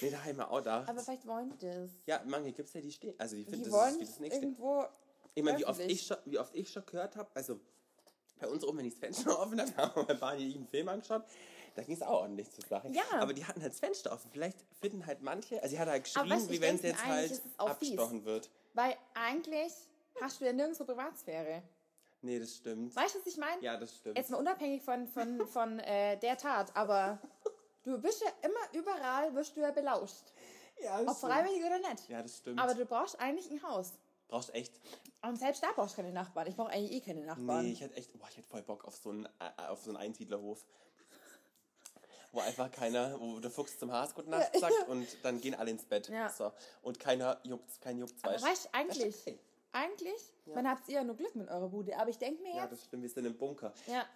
Speaker 4: Nee, da haben wir auch da.
Speaker 2: Aber vielleicht wollen die das.
Speaker 4: Ja, Mangel gibt's ja die stehen. Also die finden
Speaker 2: Die
Speaker 4: das ist
Speaker 2: wollen
Speaker 4: wie
Speaker 2: es
Speaker 4: das nächste.
Speaker 2: irgendwo.
Speaker 4: Ich meine, wie oft
Speaker 2: Öffentlich.
Speaker 4: ich, schon, wie oft ich schon gehört habe, also bei uns oben, wenn ich das Fenster [LAUGHS] offen habe, haben wir bei Barney einen Film angeschaut, da ging es auch ordentlich zur Sache.
Speaker 2: Ja.
Speaker 4: Aber die hatten halt das Fenster offen. Vielleicht finden halt manche, also die hat halt geschrieben,
Speaker 2: weißt du,
Speaker 4: wie
Speaker 2: ich
Speaker 4: wenn es
Speaker 2: denk,
Speaker 4: jetzt
Speaker 2: eigentlich
Speaker 4: halt
Speaker 2: ist es auch fies.
Speaker 4: abgesprochen wird.
Speaker 2: Weil eigentlich hast du ja nirgendwo Privatsphäre.
Speaker 4: Nee, das stimmt.
Speaker 2: Weißt du, was ich meine?
Speaker 4: Ja, das stimmt.
Speaker 2: Jetzt mal unabhängig von, von, von äh, der Tat, aber du bist ja immer überall, wirst du ja belauscht.
Speaker 4: ja, das
Speaker 2: Ob freiwillig oder nicht.
Speaker 4: ja, das stimmt.
Speaker 2: Aber
Speaker 4: Aber
Speaker 2: du brauchst eigentlich ein Haus.
Speaker 4: brauchst echt.
Speaker 2: Und selbst da brauchst du keine Nachbarn. Ich brauche eigentlich eh keine Nachbarn.
Speaker 4: Nee, ich hätte echt, boah, ich hätte voll Bock auf so einen, äh, auf so einen Einsiedlerhof. Wo einfach keiner, wo der Fuchs zum Haas gute Nacht sagt und dann gehen alle ins Bett.
Speaker 2: Ja.
Speaker 4: So. Und keiner juckt, kein juckt
Speaker 2: aber weißt du, eigentlich,
Speaker 4: Das ist okay.
Speaker 2: eigentlich, man habt ihr ja nur Glück mit eurer Bude. Aber ich denke mir
Speaker 4: Ja,
Speaker 2: jetzt,
Speaker 4: das stimmt, wir sind im Bunker.
Speaker 2: ja,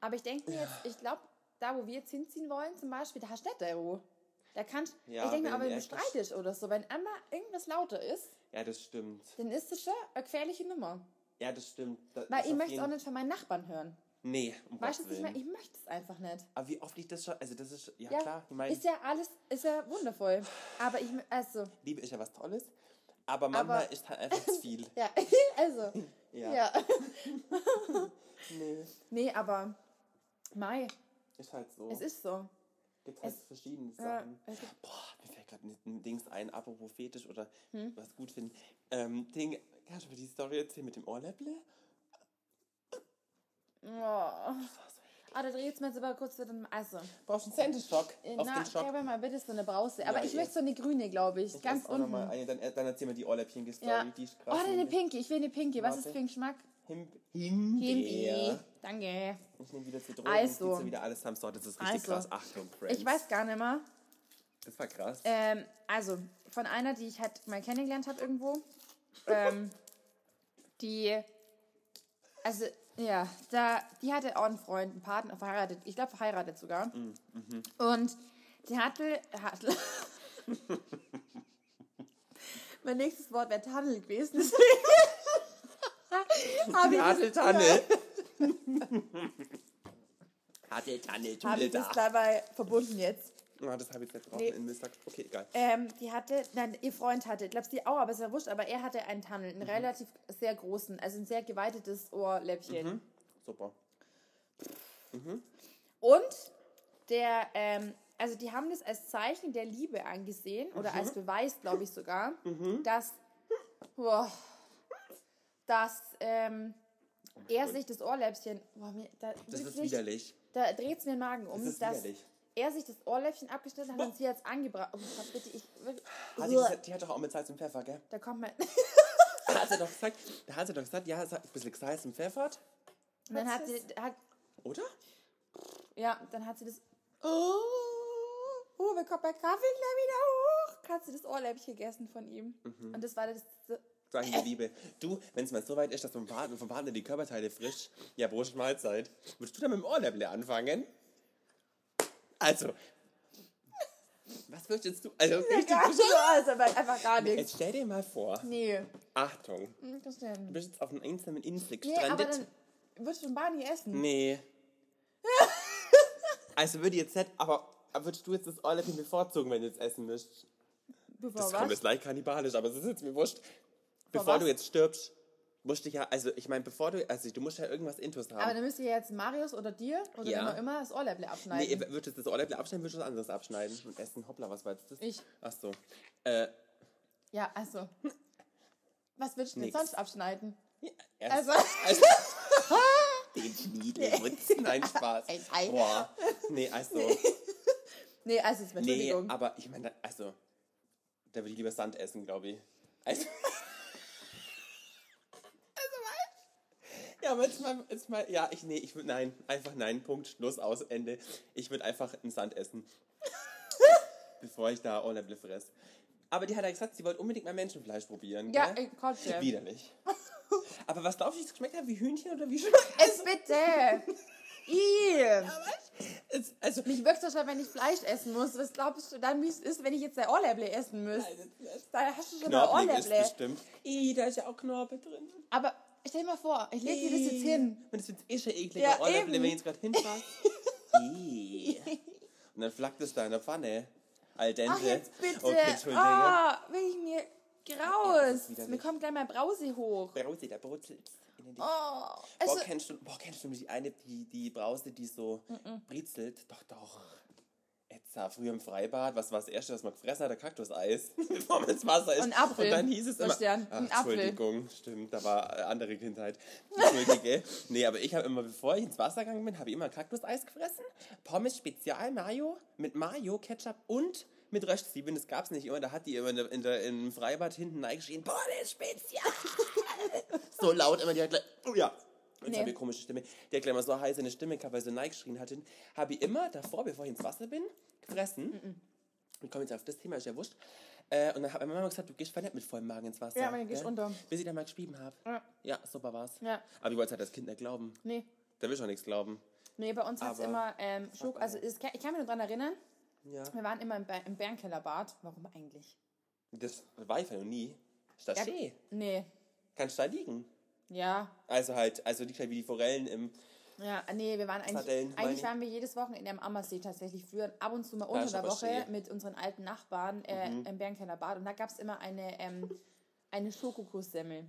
Speaker 2: aber ich denke mir jetzt, ich glaube, da wo wir jetzt hinziehen wollen, zum Beispiel, da hast du nicht deine Ruhe. Da kannst
Speaker 4: Ja,
Speaker 2: ich denke mir,
Speaker 4: wenn
Speaker 2: aber wenn du
Speaker 4: echt was-
Speaker 2: streitest oder so, wenn einmal irgendwas lauter ist,
Speaker 4: Ja, das stimmt.
Speaker 2: dann ist das schon eine gefährliche Nummer.
Speaker 4: Ja, das stimmt. Das
Speaker 2: Weil
Speaker 4: ist
Speaker 2: ich
Speaker 4: auf
Speaker 2: möchte es
Speaker 4: jeden-
Speaker 2: auch nicht von meinen Nachbarn hören.
Speaker 4: Nee, um
Speaker 2: Weißt du,
Speaker 4: Gottes
Speaker 2: was ich meine?
Speaker 4: Willen.
Speaker 2: Ich möchte es einfach nicht.
Speaker 4: Aber wie oft ich das schon. Also, das ist. Ja,
Speaker 2: Ja,
Speaker 4: klar. Ich meine,
Speaker 2: ist ja alles, ist ja wundervoll. Aber ich, also,
Speaker 4: Liebe ist ja was Tolles. Aber Mama
Speaker 2: Aber-
Speaker 4: ist halt einfach
Speaker 2: [LAUGHS]
Speaker 4: zu viel.
Speaker 2: ja, also,
Speaker 4: Ja.
Speaker 2: ja.
Speaker 4: Nee,
Speaker 2: Nee, aber, Mai,
Speaker 4: ist halt so.
Speaker 2: es ist so.
Speaker 4: Gibt halt verschiedene
Speaker 2: Ja,
Speaker 4: Sachen.
Speaker 2: es gibt-
Speaker 4: Boah, mir fällt gerade ein Dings ein, apropos fetisch oder
Speaker 2: Hm?
Speaker 4: was gut finden. Ähm, Ding, kannst du mir die Story erzählen mit dem Ohrläpple?
Speaker 2: Oh. Ah, da dreht mir jetzt aber kurz wieder den Also,
Speaker 4: Brauchst du einen Sendestock
Speaker 2: äh,
Speaker 4: auf
Speaker 2: na,
Speaker 4: den Stock?
Speaker 2: gib mir mal bitte so eine Brause. Aber
Speaker 4: Ja,
Speaker 2: ich
Speaker 4: eh.
Speaker 2: möchte so eine grüne, glaube ich. Ganz
Speaker 4: Lass auch noch mal
Speaker 2: unten.
Speaker 4: eine, dann, äh, dann erzähl mir die Ohrläppchen-Story,
Speaker 2: Ja.
Speaker 4: die ich
Speaker 2: Oh,
Speaker 4: krass
Speaker 2: eine pinke. Ich will eine pinke. Was ist
Speaker 4: Warte.
Speaker 2: für ein Geschmack?
Speaker 4: Him
Speaker 2: Himbeer.
Speaker 4: Himbeer.
Speaker 2: Danke.
Speaker 4: Ich nehme wieder Zitronen,
Speaker 2: Also.
Speaker 4: also. wieder alles Samstag, das ist richtig
Speaker 2: Also.
Speaker 4: krass. Achtung, Friends.
Speaker 2: Ich weiß gar nicht mehr.
Speaker 4: Das war krass.
Speaker 2: Ähm, also, von einer, die ich halt mal kennengelernt habe irgendwo. Ähm, die, also, ja, da, die hatte auch einen Freund, einen Partner, verheiratet, ich glaube verheiratet sogar. Und die hatte, hatte [LAUGHS] mein nächstes Wort wäre Tunnel gewesen, deswegen [LAUGHS] habe ich, das-
Speaker 4: Tadeltanne. [LAUGHS] Tadeltanne,
Speaker 2: hab
Speaker 4: Tüdel
Speaker 2: ich das
Speaker 4: da.
Speaker 2: dabei verbunden jetzt.
Speaker 4: Ah, das habe ich jetzt nicht drauf
Speaker 2: Nee.
Speaker 4: in Mittag. Okay, egal.
Speaker 2: Ähm, die hatte, nein, ihr Freund hatte, glaubst du, auch, aber ist ja wurscht, aber er hatte einen Tunnel,
Speaker 4: Mhm.
Speaker 2: einen relativ sehr großen, also ein sehr geweitetes Ohrläppchen.
Speaker 4: Mhm. Super.
Speaker 2: Und der, ähm, also die haben das als Zeichen der Liebe angesehen oder als
Speaker 4: Mhm.
Speaker 2: Beweis, glaube ich sogar,
Speaker 4: [LAUGHS]
Speaker 2: dass, boah, dass ähm, er sich das Ohrläppchen, boah, mir, da,
Speaker 4: Das ist
Speaker 2: wirklich,
Speaker 4: widerlich.
Speaker 2: da dreht es mir den Magen um,
Speaker 4: Das ist
Speaker 2: dass
Speaker 4: widerlich.
Speaker 2: er sich das Ohrläppchen abgeschnitten hat und sie jetzt angebracht. Oh Gott, bitte, ich, wirklich,
Speaker 4: Hat Ah, die, gesagt- die hat doch auch mit Salz und Pfeffer, gell?
Speaker 2: da kommt mein... [LAUGHS]
Speaker 4: Da hat sie doch gesagt, da hat sie doch gesagt, ja, sag- ein bisschen Salz und Pfeffer,
Speaker 2: Und dann hat
Speaker 1: Hat's
Speaker 2: sie, hat,
Speaker 4: oder?
Speaker 2: ja, dann hat sie das. Oh, oh wir kommen bei Kaffee gleich wieder hoch. Hat sie das Ohrläppchen gegessen von ihm.
Speaker 4: Mhm.
Speaker 2: Und das war das.
Speaker 4: Sagen wir Liebe. Du, wenn es mal so weit ist, dass vom Partner, vom Partner die Körperteile frisch, ja, Brust Mahlzeit, würdest du dann mit dem Ohrläppler anfangen? Also, was möchtest du? Also, richtig bescheuert.
Speaker 2: [LAUGHS] also, aber einfach gar nichts.
Speaker 4: Jetzt stell dir mal vor,
Speaker 2: Nee.
Speaker 4: Achtung,
Speaker 2: Hm, Das
Speaker 4: du
Speaker 2: denn?
Speaker 4: bist jetzt auf einer einsamen Insel
Speaker 2: Nee, aber
Speaker 4: gestrandet. Hm,
Speaker 2: dann würdest du ein Barney essen. [LAUGHS]
Speaker 4: Nee. also würde jetzt nicht, aber würdest du jetzt das Ohrläppchen bevorzugen, wenn du jetzt essen müsst?
Speaker 2: Bevor
Speaker 4: Das kommt jetzt leicht kannibalisch, aber es ist jetzt mir wurscht.
Speaker 2: was?
Speaker 4: Bevor du jetzt stirbst, musst du ja, also ich meine, bevor du, also du musst ja irgendwas Intus haben.
Speaker 2: Aber dann müsst ihr jetzt Marius oder dir oder
Speaker 4: Ja.
Speaker 2: wem auch immer das Ohrläppchen
Speaker 4: Nee,
Speaker 2: abschneiden.
Speaker 4: ihr würdest das Ohrläppchen abschneiden, würdest du was anderes abschneiden und essen. Hoppla, was war jetzt das?
Speaker 2: Ich.
Speaker 4: Ach so. Äh,
Speaker 2: ja,
Speaker 4: [LAUGHS]
Speaker 2: also. Was würdest du denn
Speaker 4: Nix.
Speaker 2: sonst abschneiden?
Speaker 4: erst
Speaker 2: Also, [LAUGHS]
Speaker 4: Also, den Schniedelwutz. Nein, Spaß.
Speaker 2: Ei, ei.
Speaker 4: Boah. Nee, also.
Speaker 2: nee, also jetzt mal,
Speaker 4: Nee,
Speaker 2: Entschuldigung.
Speaker 4: aber ich meine, also. Da würde ich lieber Sand essen, glaube ich. Also. [LAUGHS] Ja, aber jetzt mal, jetzt mal, ja, ich, nee, ich würde, nein, einfach nein, Punkt, Schluss, aus, Ende. Ich würde einfach einen Sand essen. bevor ich da Ohrläppchen fresse. Aber die hat ja gesagt, sie wollte unbedingt mal Menschenfleisch probieren.
Speaker 2: ja, äh,
Speaker 4: gell?
Speaker 2: ich konnte.
Speaker 4: Widerlich. Aber was glaubst du, wie es geschmeckt hat? Wie Hühnchen oder wie [LAUGHS] Schwein?
Speaker 2: Es
Speaker 4: [LAUGHS]
Speaker 2: bitte! Ih!
Speaker 4: Es- Also,
Speaker 2: Mich wirkt so schwer, wenn ich Fleisch essen muss. Was glaubst du dann, wie es ist, wenn ich jetzt der Ohrläble essen müsste? Da hast du schon mal
Speaker 4: Knorpelig ist
Speaker 2: Ohrläble.
Speaker 4: bestimmt. I, da ist ja auch Knorpel drin.
Speaker 2: Aber stell dir mal vor, ich lege dir das jetzt hin.
Speaker 4: Und das wird eh schon eklig.
Speaker 2: Ja,
Speaker 4: Ja, Ohrläppchen,
Speaker 2: eben.
Speaker 4: wenn ich jetzt gerade hinfahre.
Speaker 2: [LAUGHS]
Speaker 4: I. Und dann flackt es da in der Pfanne. Al dente.
Speaker 2: Ach, jetzt bitte.
Speaker 4: Okay, Entschuldigung.
Speaker 2: Ah, will ich mir graus.
Speaker 4: ist widerlich.
Speaker 2: Mir kommt gleich mal Brause hoch.
Speaker 4: Brause, da brutzelt in den
Speaker 2: Oh,
Speaker 4: Lippen.
Speaker 2: also,
Speaker 4: boah, kennst du, boah, kennst du die eine, die, die Brause, die so britzelt? Doch, doch. Etza, früher im Freibad, was war das Erste, was man gefressen hat? Der Kaktuseis. [LAUGHS] Bevor man ins Wasser ist.
Speaker 2: Und Apfel,
Speaker 4: Und dann hieß es immer,
Speaker 2: Christian,
Speaker 4: ach,
Speaker 2: ein Apfel.
Speaker 4: Entschuldigung, stimmt, da war äh, andere Kindheit. Entschuldige.
Speaker 2: [LAUGHS]
Speaker 4: nee, aber ich habe immer, bevor ich ins Wasser gegangen bin, habe ich immer Kaktuseis gefressen. Pommes Spezial Mayo mit Mayo, Ketchup und mit Röstzwiebeln. Das gab es nicht immer. Da hat die immer in der, in der, im Freibad hinten reingeschrien, Pommes Spezial. so laut immer, die hat gleich, oh ja. Jetzt
Speaker 2: Nee.
Speaker 4: habe ich komische Stimme. Der hat gleich mal so heiß eine Stimme gehabt, weil sie Nein geschrien hatte. Habe ich immer davor, bevor ich ins Wasser bin, gefressen. Wir kommen jetzt auf das Thema, ist ja wurscht. Äh, und dann hat meine Mama gesagt, du gehst voll nett mit vollem Magen ins Wasser.
Speaker 2: Ja, aber dann gehst
Speaker 4: gell?
Speaker 2: unter.
Speaker 4: Bis ich dann mal geschrieben habe.
Speaker 2: Ja.
Speaker 4: Ja, super war's.
Speaker 2: Ja.
Speaker 4: Aber ich wollte halt das Kind nicht glauben.
Speaker 2: nee.
Speaker 4: Da will schon nichts glauben.
Speaker 2: Nee, bei uns hat es
Speaker 4: Aber-
Speaker 2: immer ähm, Schluck. Also, es- ich kann mich nur daran erinnern,
Speaker 4: Ja.
Speaker 2: wir waren immer im, Ba- im Bärenkellerbad. Warum eigentlich?
Speaker 4: Das war ich ja noch nie. Ist das
Speaker 2: Ja.
Speaker 4: schön?
Speaker 2: Nee.
Speaker 4: Kannst du da liegen?
Speaker 2: Ja,
Speaker 4: Also halt, also liegt halt wie die Forellen im...
Speaker 2: Ja, nee, wir waren
Speaker 4: Sardellen,
Speaker 2: eigentlich,
Speaker 4: meine
Speaker 2: eigentlich
Speaker 4: ich.
Speaker 2: waren wir jedes Wochenende am Ammersee tatsächlich früher und ab und zu mal
Speaker 4: ist
Speaker 2: unter der
Speaker 4: aber
Speaker 2: Woche
Speaker 4: schön.
Speaker 2: mit unseren alten Nachbarn äh,
Speaker 4: Mhm.
Speaker 2: im Bernkeller Bad und da gab es immer eine, ähm, eine Schokokussemmel.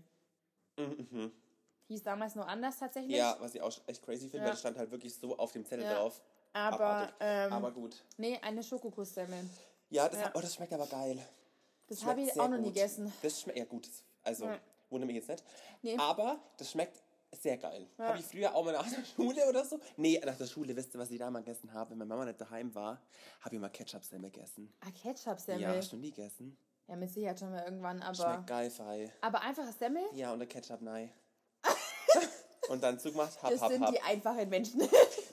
Speaker 2: Hieß damals nur anders tatsächlich.
Speaker 4: Mhm. Ja, was ich auch echt crazy finde,
Speaker 2: Ja.
Speaker 4: weil das stand halt wirklich so auf dem Zettel
Speaker 2: Ja.
Speaker 4: drauf.
Speaker 2: Aber,
Speaker 4: Abartig.
Speaker 2: ähm,
Speaker 4: Aber gut.
Speaker 2: Nee, eine Schokokussemmel.
Speaker 4: Ja, das,
Speaker 2: Ja.
Speaker 4: Oh, das schmeckt aber geil.
Speaker 2: Das
Speaker 4: Schmeckt
Speaker 2: habe ich
Speaker 4: sehr
Speaker 2: auch noch nie
Speaker 4: gut.
Speaker 2: gegessen.
Speaker 4: Das schmeckt, ja gut, also
Speaker 2: Ja.
Speaker 4: wundert mich jetzt nicht.
Speaker 2: Nee.
Speaker 4: Aber das schmeckt sehr geil.
Speaker 2: Ja.
Speaker 4: Habe ich früher auch mal nach der [LAUGHS] Schule oder so? Nee, nach der Schule, wisst ihr, was ich da mal gegessen habe? Wenn meine Mama nicht daheim war, habe ich mal Ketchup-Semmel gegessen.
Speaker 2: Ah, Ketchup-Semmel.
Speaker 4: Ja,
Speaker 2: Ja,
Speaker 4: hast du nie gegessen?
Speaker 2: mit Sicherheit schon mal irgendwann, aber.
Speaker 4: Schmeckt geil, Fei.
Speaker 2: Aber einfache Semmel,
Speaker 4: Ja, und der
Speaker 2: [LAUGHS]
Speaker 4: Ketchup, nein. und dann zugemacht, hab,
Speaker 2: das
Speaker 4: hab,
Speaker 2: sind
Speaker 4: hab.
Speaker 2: die einfachen
Speaker 4: [LAUGHS]
Speaker 2: Menschen.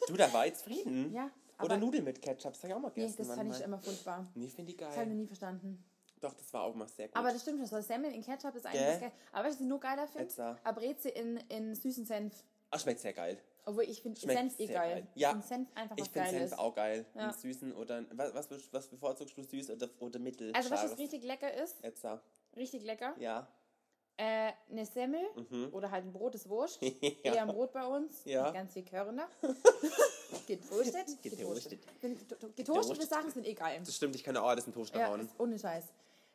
Speaker 4: Du, da war jetzt Frieden.
Speaker 2: ja, aber.
Speaker 4: Oder Nudeln mit Ketchup, das habe ich auch mal
Speaker 2: nee,
Speaker 4: gegessen.
Speaker 2: das fand ich
Speaker 4: manchmal.
Speaker 2: immer furchtbar.
Speaker 4: Nee, finde ich
Speaker 2: Das habe ich
Speaker 4: geil.
Speaker 2: noch nie verstanden.
Speaker 4: Doch, das war auch mal sehr gut.
Speaker 2: Aber das stimmt schon. So Semmel in Ketchup ist eigentlich
Speaker 4: Gell?
Speaker 2: das geil. Aber was ich nur geiler finde,
Speaker 4: Etza.
Speaker 2: Abreze in, in süßen Senf.
Speaker 4: Ach, Ah, schmeckt sehr geil.
Speaker 2: Obwohl ich finde
Speaker 4: Schmeckt
Speaker 2: Senf eh
Speaker 4: sehr
Speaker 2: geil.
Speaker 4: geil. Ja.
Speaker 2: Ich finde Senf einfach
Speaker 4: Ich
Speaker 2: was
Speaker 4: finde
Speaker 2: Geiles.
Speaker 4: Senf auch geil.
Speaker 2: Ja.
Speaker 4: Einen süßen oder einen, was, was, be- was bevorzugst du süß oder, oder mittel?
Speaker 2: Also was
Speaker 4: scharf?
Speaker 2: jetzt richtig lecker ist,
Speaker 4: Etza.
Speaker 2: richtig lecker,
Speaker 4: Ja.
Speaker 2: äh, eine Semmel
Speaker 4: Mhm. [LAUGHS]
Speaker 2: oder halt ein Brot ist Wurst.
Speaker 4: ja.
Speaker 2: Eher ein Brot bei uns.
Speaker 4: Ja.
Speaker 2: Mit ganz viel
Speaker 4: [LAUGHS]
Speaker 2: Körner. Getoastet.
Speaker 4: Getoastet.
Speaker 2: Bin- to- to- Getoastete
Speaker 4: Getoastet.
Speaker 2: Sachen sind eh geil.
Speaker 4: Das stimmt, ich kann auch alles in Toast
Speaker 2: Ja,
Speaker 4: hauen.
Speaker 2: ist ohne Scheiß.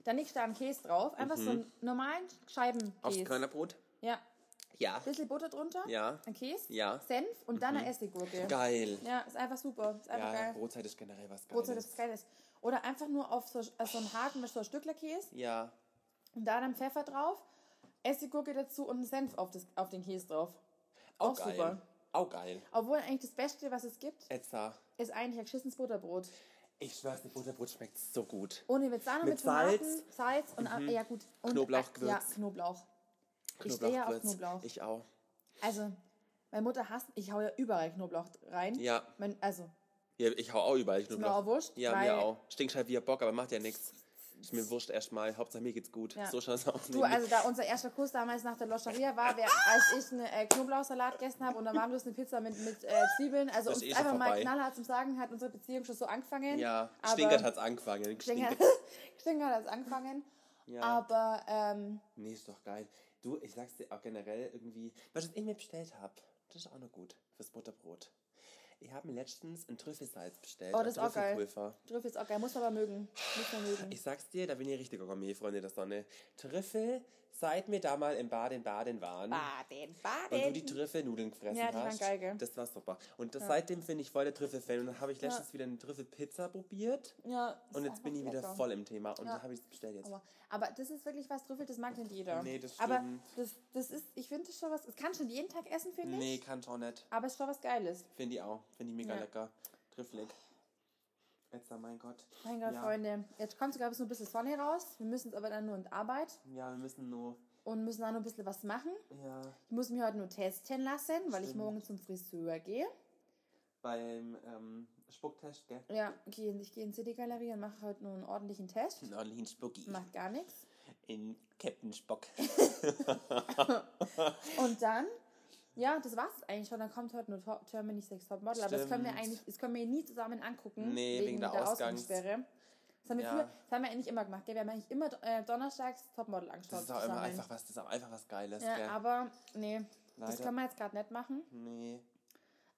Speaker 2: Dann legst du da einen Käse drauf. Einfach
Speaker 4: Mhm.
Speaker 2: so einen normalen
Speaker 4: Aufs
Speaker 2: Scheibenkäse.
Speaker 4: Körnerbrot?
Speaker 2: Ja.
Speaker 4: Ja.
Speaker 2: Bisschen Butter drunter.
Speaker 4: Ja.
Speaker 2: Ein Käse.
Speaker 4: Ja.
Speaker 2: Senf und dann eine Essiggurke.
Speaker 4: Mhm. Geil.
Speaker 2: Ja, ist einfach super. Ist einfach
Speaker 4: Ja,
Speaker 2: geil.
Speaker 4: Brotzeit ist generell was Geiles.
Speaker 2: Brotzeit ist was Geiles. Oder einfach nur auf so, auf so einen Haken mit so einem Stücklerkäse
Speaker 4: Ja.
Speaker 2: und da dann Pfeffer drauf, Essiggurke dazu und einen Senf auf, das, auf den Käse drauf. Auch
Speaker 4: geil.
Speaker 2: super.
Speaker 4: Auch geil.
Speaker 2: Obwohl eigentlich das Beste, was es gibt,
Speaker 4: Etza.
Speaker 2: ist eigentlich ein geschissenes Butterbrot.
Speaker 4: Ich schwör's, die Butterbrot schmeckt so gut.
Speaker 2: Ohne Witz, Sahne mit,
Speaker 4: Mit
Speaker 2: Tomaten, Salz,
Speaker 4: Salz. Mhm.
Speaker 2: und ah, ja gut. Und,
Speaker 4: Knoblauchgewürz.
Speaker 2: Ja, Knoblauch. Ich stehe ja auf Knoblauch.
Speaker 4: Ich auch.
Speaker 2: also, meine Mutter hasst, ich hau ja überall Knoblauch rein.
Speaker 4: Ja.
Speaker 2: Mein, also,
Speaker 4: Ja, ich hau auch überall
Speaker 2: ist mir auch
Speaker 4: Knoblauch.
Speaker 2: wurscht.
Speaker 4: Ja,
Speaker 2: weil,
Speaker 4: mir auch. Stinkt halt wie ein Bock, aber macht ja nichts. Ist mir wurscht erstmal. Hauptsache mir geht's gut.
Speaker 2: Ja.
Speaker 4: So schaut's aus.
Speaker 2: Du, also da unser erster Kurs damals nach der Loscheria war, wer, als ich einen äh, Knoblauchsalat gegessen habe und dann waren bloß eine Pizza mit, mit äh, Zwiebeln. Also uns
Speaker 4: Das ist eh schon
Speaker 2: einfach mal
Speaker 4: vorbei.
Speaker 2: knallhart zum Sagen hat unsere Beziehung schon so angefangen.
Speaker 4: ja,
Speaker 2: aber-
Speaker 4: stinkert hat's angefangen.
Speaker 2: Stinkert,
Speaker 4: Stinkert.
Speaker 2: [LAUGHS] Stinkert hat es angefangen.
Speaker 4: Ja.
Speaker 2: Aber ähm,
Speaker 4: Nee, ist doch geil. Du, ich sag's dir auch generell irgendwie, was ich mir bestellt habe, das ist auch noch gut fürs Butterbrot. Ich habe mir letztens ein Trüffelsalz bestellt.
Speaker 2: Oh,
Speaker 4: ein
Speaker 2: das ist auch geil.
Speaker 4: Trüffelpulver.
Speaker 2: Trüffel ist auch geil, muss man aber mögen. Muss man mögen.
Speaker 4: Ich sag's dir, da bin ich richtiger Gourmet, Freunde der Sonne. Trüffel, seit wir da mal in Baden-Baden waren.
Speaker 2: Ah. Baden,
Speaker 4: Und du die
Speaker 2: Baden.
Speaker 4: Trüffelnudeln gefressen
Speaker 2: Ja, die waren
Speaker 4: hast.
Speaker 2: geil, gell?
Speaker 4: Das war super. Und das, seitdem bin ich voll der Trüffelfan. Und dann habe ich letztens wieder eine Trüffelpizza probiert.
Speaker 2: Ja, ist
Speaker 4: Und jetzt
Speaker 2: einfach
Speaker 4: bin ich wieder
Speaker 2: lecker.
Speaker 4: voll im Thema. Und
Speaker 2: Ja.
Speaker 4: dann habe ich es bestellt jetzt.
Speaker 2: Aber, aber das ist wirklich was, Trüffel, das mag nicht jeder.
Speaker 4: Nee, das
Speaker 2: Aber
Speaker 4: stimmt.
Speaker 2: das, das ist, ich finde das schon was, das kann schon jeden Tag essen, finde ich.
Speaker 4: nee, kann schon nicht.
Speaker 2: Aber es ist schon was Geiles.
Speaker 4: Finde ich auch. Finde ich mega
Speaker 2: Ja.
Speaker 4: lecker. Trüffelig. Jetzt, oh mein Gott.
Speaker 2: Mein Gott,
Speaker 4: ja.
Speaker 2: Freunde, jetzt kommt sogar bis nur ein bisschen Sonne raus. Wir müssen jetzt aber dann nur in die Arbeit
Speaker 4: Ja, wir müssen nur.
Speaker 2: und müssen dann noch ein bisschen was machen.
Speaker 4: Ja,
Speaker 2: Ich muss mich heute nur testen lassen, weil ich
Speaker 4: Stimmt.
Speaker 2: morgen zum Friseur gehe.
Speaker 4: beim ähm, Spucktest, gell?
Speaker 2: Ja, gehe- ich gehe in die City-Galerie und mache heute nur einen ordentlichen Test.
Speaker 4: Ein ordentlichen Spucki.
Speaker 2: Macht gar nichts.
Speaker 4: In Captain Spock.
Speaker 2: Und dann, ja, das war's eigentlich schon. Dann kommt heute nur Top- Germany's Sex Topmodel. Aber das können wir
Speaker 4: Stimmt.
Speaker 2: eigentlich, das können wir nie zusammen angucken.
Speaker 4: Nee, wegen der Ausgangs-
Speaker 2: Ausgangssperre. Das haben, wir
Speaker 4: Ja.
Speaker 2: früher, das haben wir eigentlich immer gemacht. Gell? Wir haben eigentlich immer äh, donnerstags Topmodel angeschaut.
Speaker 4: Das ist auch immer
Speaker 2: zusammen.
Speaker 4: einfach was, das ist auch einfach was Geiles,
Speaker 2: Ja,
Speaker 4: gell?
Speaker 2: aber nee, das
Speaker 4: Leider.
Speaker 2: können wir jetzt gerade nicht machen.
Speaker 4: Nee.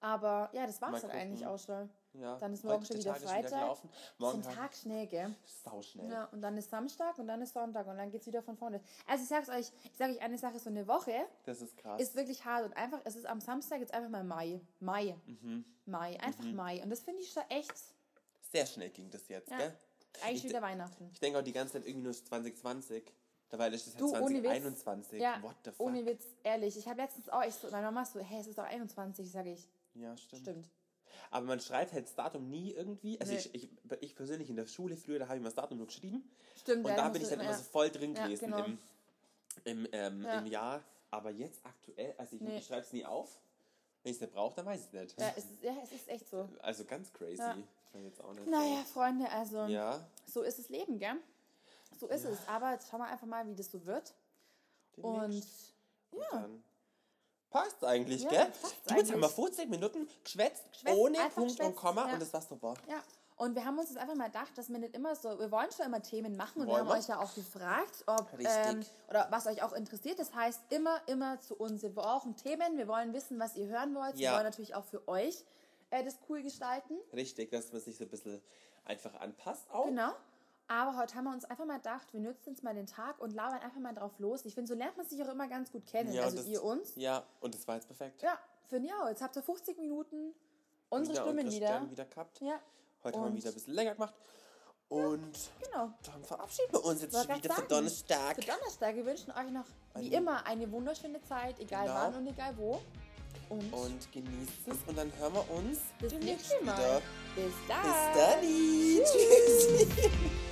Speaker 2: Aber ja, das war's
Speaker 4: Mal
Speaker 2: dann eigentlich
Speaker 4: gucken.
Speaker 2: auch schon.
Speaker 4: Ja.
Speaker 2: Dann ist morgen
Speaker 4: Heute
Speaker 2: schon
Speaker 4: der
Speaker 2: wieder
Speaker 4: Tag ist
Speaker 2: Freitag.
Speaker 4: gelaufen. Morgen halt.
Speaker 2: ist ein Tag schnell, gell?
Speaker 4: sau schnell.
Speaker 2: Ja, und dann ist Samstag und dann ist Sonntag und dann geht's wieder von vorne. Also ich sag's euch, ich sage euch eine Sache, so eine Woche
Speaker 4: Das ist krass.
Speaker 2: ist wirklich hart und einfach, es ist am Samstag jetzt einfach mal Mai. Mai.
Speaker 4: Mhm.
Speaker 2: Mai, einfach Mai. Und das finde ich schon echt
Speaker 4: Sehr schnell ging das jetzt,
Speaker 2: Ja.
Speaker 4: gell?
Speaker 2: eigentlich
Speaker 4: Ich-
Speaker 2: wieder Weihnachten.
Speaker 4: Ich denke auch die ganze Zeit irgendwie nur 2020. Dabei ist es ja
Speaker 2: Du, ohne Witz.
Speaker 4: 2021.
Speaker 2: Ja,
Speaker 4: What the fuck?
Speaker 2: ohne Witz, ehrlich. Ich habe letztens auch echt so, meine Mama ist so, hey, es ist doch 21, sage ich.
Speaker 4: Ja, stimmt.
Speaker 2: Stimmt.
Speaker 4: Aber man schreibt halt das Datum nie irgendwie. Also
Speaker 2: Nee.
Speaker 4: ich, ich, ich persönlich in der Schule früher, da habe ich mal das Datum nur geschrieben.
Speaker 2: Stimmt,
Speaker 4: Und
Speaker 2: ja,
Speaker 4: da
Speaker 2: das
Speaker 4: bin ich
Speaker 2: musst
Speaker 4: dann
Speaker 2: du
Speaker 4: immer
Speaker 2: ja.
Speaker 4: so voll drin
Speaker 2: Ja,
Speaker 4: gewesen
Speaker 2: genau.
Speaker 4: im, im, ähm,
Speaker 2: Ja.
Speaker 4: im Jahr. Aber jetzt aktuell, also ich,
Speaker 2: Nee.
Speaker 4: ich schreibe es nie auf. Wenn ich es nicht brauche, dann weiß ich es nicht.
Speaker 2: Ja, es ist, ja, es ist echt so.
Speaker 4: Also ganz crazy.
Speaker 2: Ja.
Speaker 4: Ich kann jetzt auch nicht
Speaker 2: Naja, Freunde, also.
Speaker 4: So. Ja.
Speaker 2: so ist das Leben, gell? So ist es. Aber jetzt schauen wir einfach mal, wie das so wird. Und
Speaker 4: demnächst. Und dann passt eigentlich,
Speaker 2: Ja,
Speaker 4: gell?
Speaker 2: passt
Speaker 4: du, jetzt haben wir
Speaker 2: eigentlich.
Speaker 4: 40 Minuten geschwätzt,
Speaker 2: Geschwätzt,
Speaker 4: ohne
Speaker 2: einfach
Speaker 4: Punkt und
Speaker 2: geschwätzt,
Speaker 4: Komma
Speaker 2: ja.
Speaker 4: und das war super.
Speaker 2: ja. Und wir haben uns jetzt einfach mal gedacht, dass wir nicht immer so, wir wollen schon immer Themen machen und wir
Speaker 4: Wollen
Speaker 2: haben
Speaker 4: wir?
Speaker 2: euch ja auch gefragt, ob,
Speaker 4: Richtig.
Speaker 2: ähm, oder was euch auch interessiert. Das heißt, immer, immer zu uns. Wir brauchen Themen, wir wollen wissen, was ihr hören wollt. Wir
Speaker 4: Ja.
Speaker 2: wollen natürlich auch für euch äh, das cool gestalten.
Speaker 4: Richtig, dass man sich so ein bisschen einfach anpasst auch.
Speaker 2: Genau. Aber heute haben wir uns einfach mal gedacht, wir nutzen jetzt mal den Tag und labern einfach mal drauf los. Ich finde, so lernt man sich auch immer ganz gut kennen.
Speaker 4: Ja, und
Speaker 2: also
Speaker 4: das-
Speaker 2: ihr uns.
Speaker 4: Ja, und das war jetzt perfekt.
Speaker 2: Ja, finde ich auch. Jetzt habt ihr 50 Minuten unsere
Speaker 4: Ja, und
Speaker 2: Stimmen
Speaker 4: das
Speaker 2: wieder.
Speaker 4: Stimmen wieder gehabt.
Speaker 2: Ja.
Speaker 4: Heute haben
Speaker 2: Und-
Speaker 4: wir wieder ein bisschen länger gemacht. Und
Speaker 2: Genau.
Speaker 4: dann verabschieden wir uns jetzt
Speaker 2: Wollte
Speaker 4: schon
Speaker 2: grad
Speaker 4: wieder für
Speaker 2: sagen,
Speaker 4: Donnerstag.
Speaker 2: Für Donnerstag, wir wünschen euch noch wie
Speaker 4: Eine-
Speaker 2: immer eine wunderschöne Zeit, egal
Speaker 4: Genau.
Speaker 2: wann und egal wo. Und,
Speaker 4: Und genießt es und dann hören wir uns
Speaker 2: bis
Speaker 4: demnächst
Speaker 2: nächste Mal.
Speaker 4: wieder.
Speaker 2: Bis dann.
Speaker 4: Bis dann. Tschüss.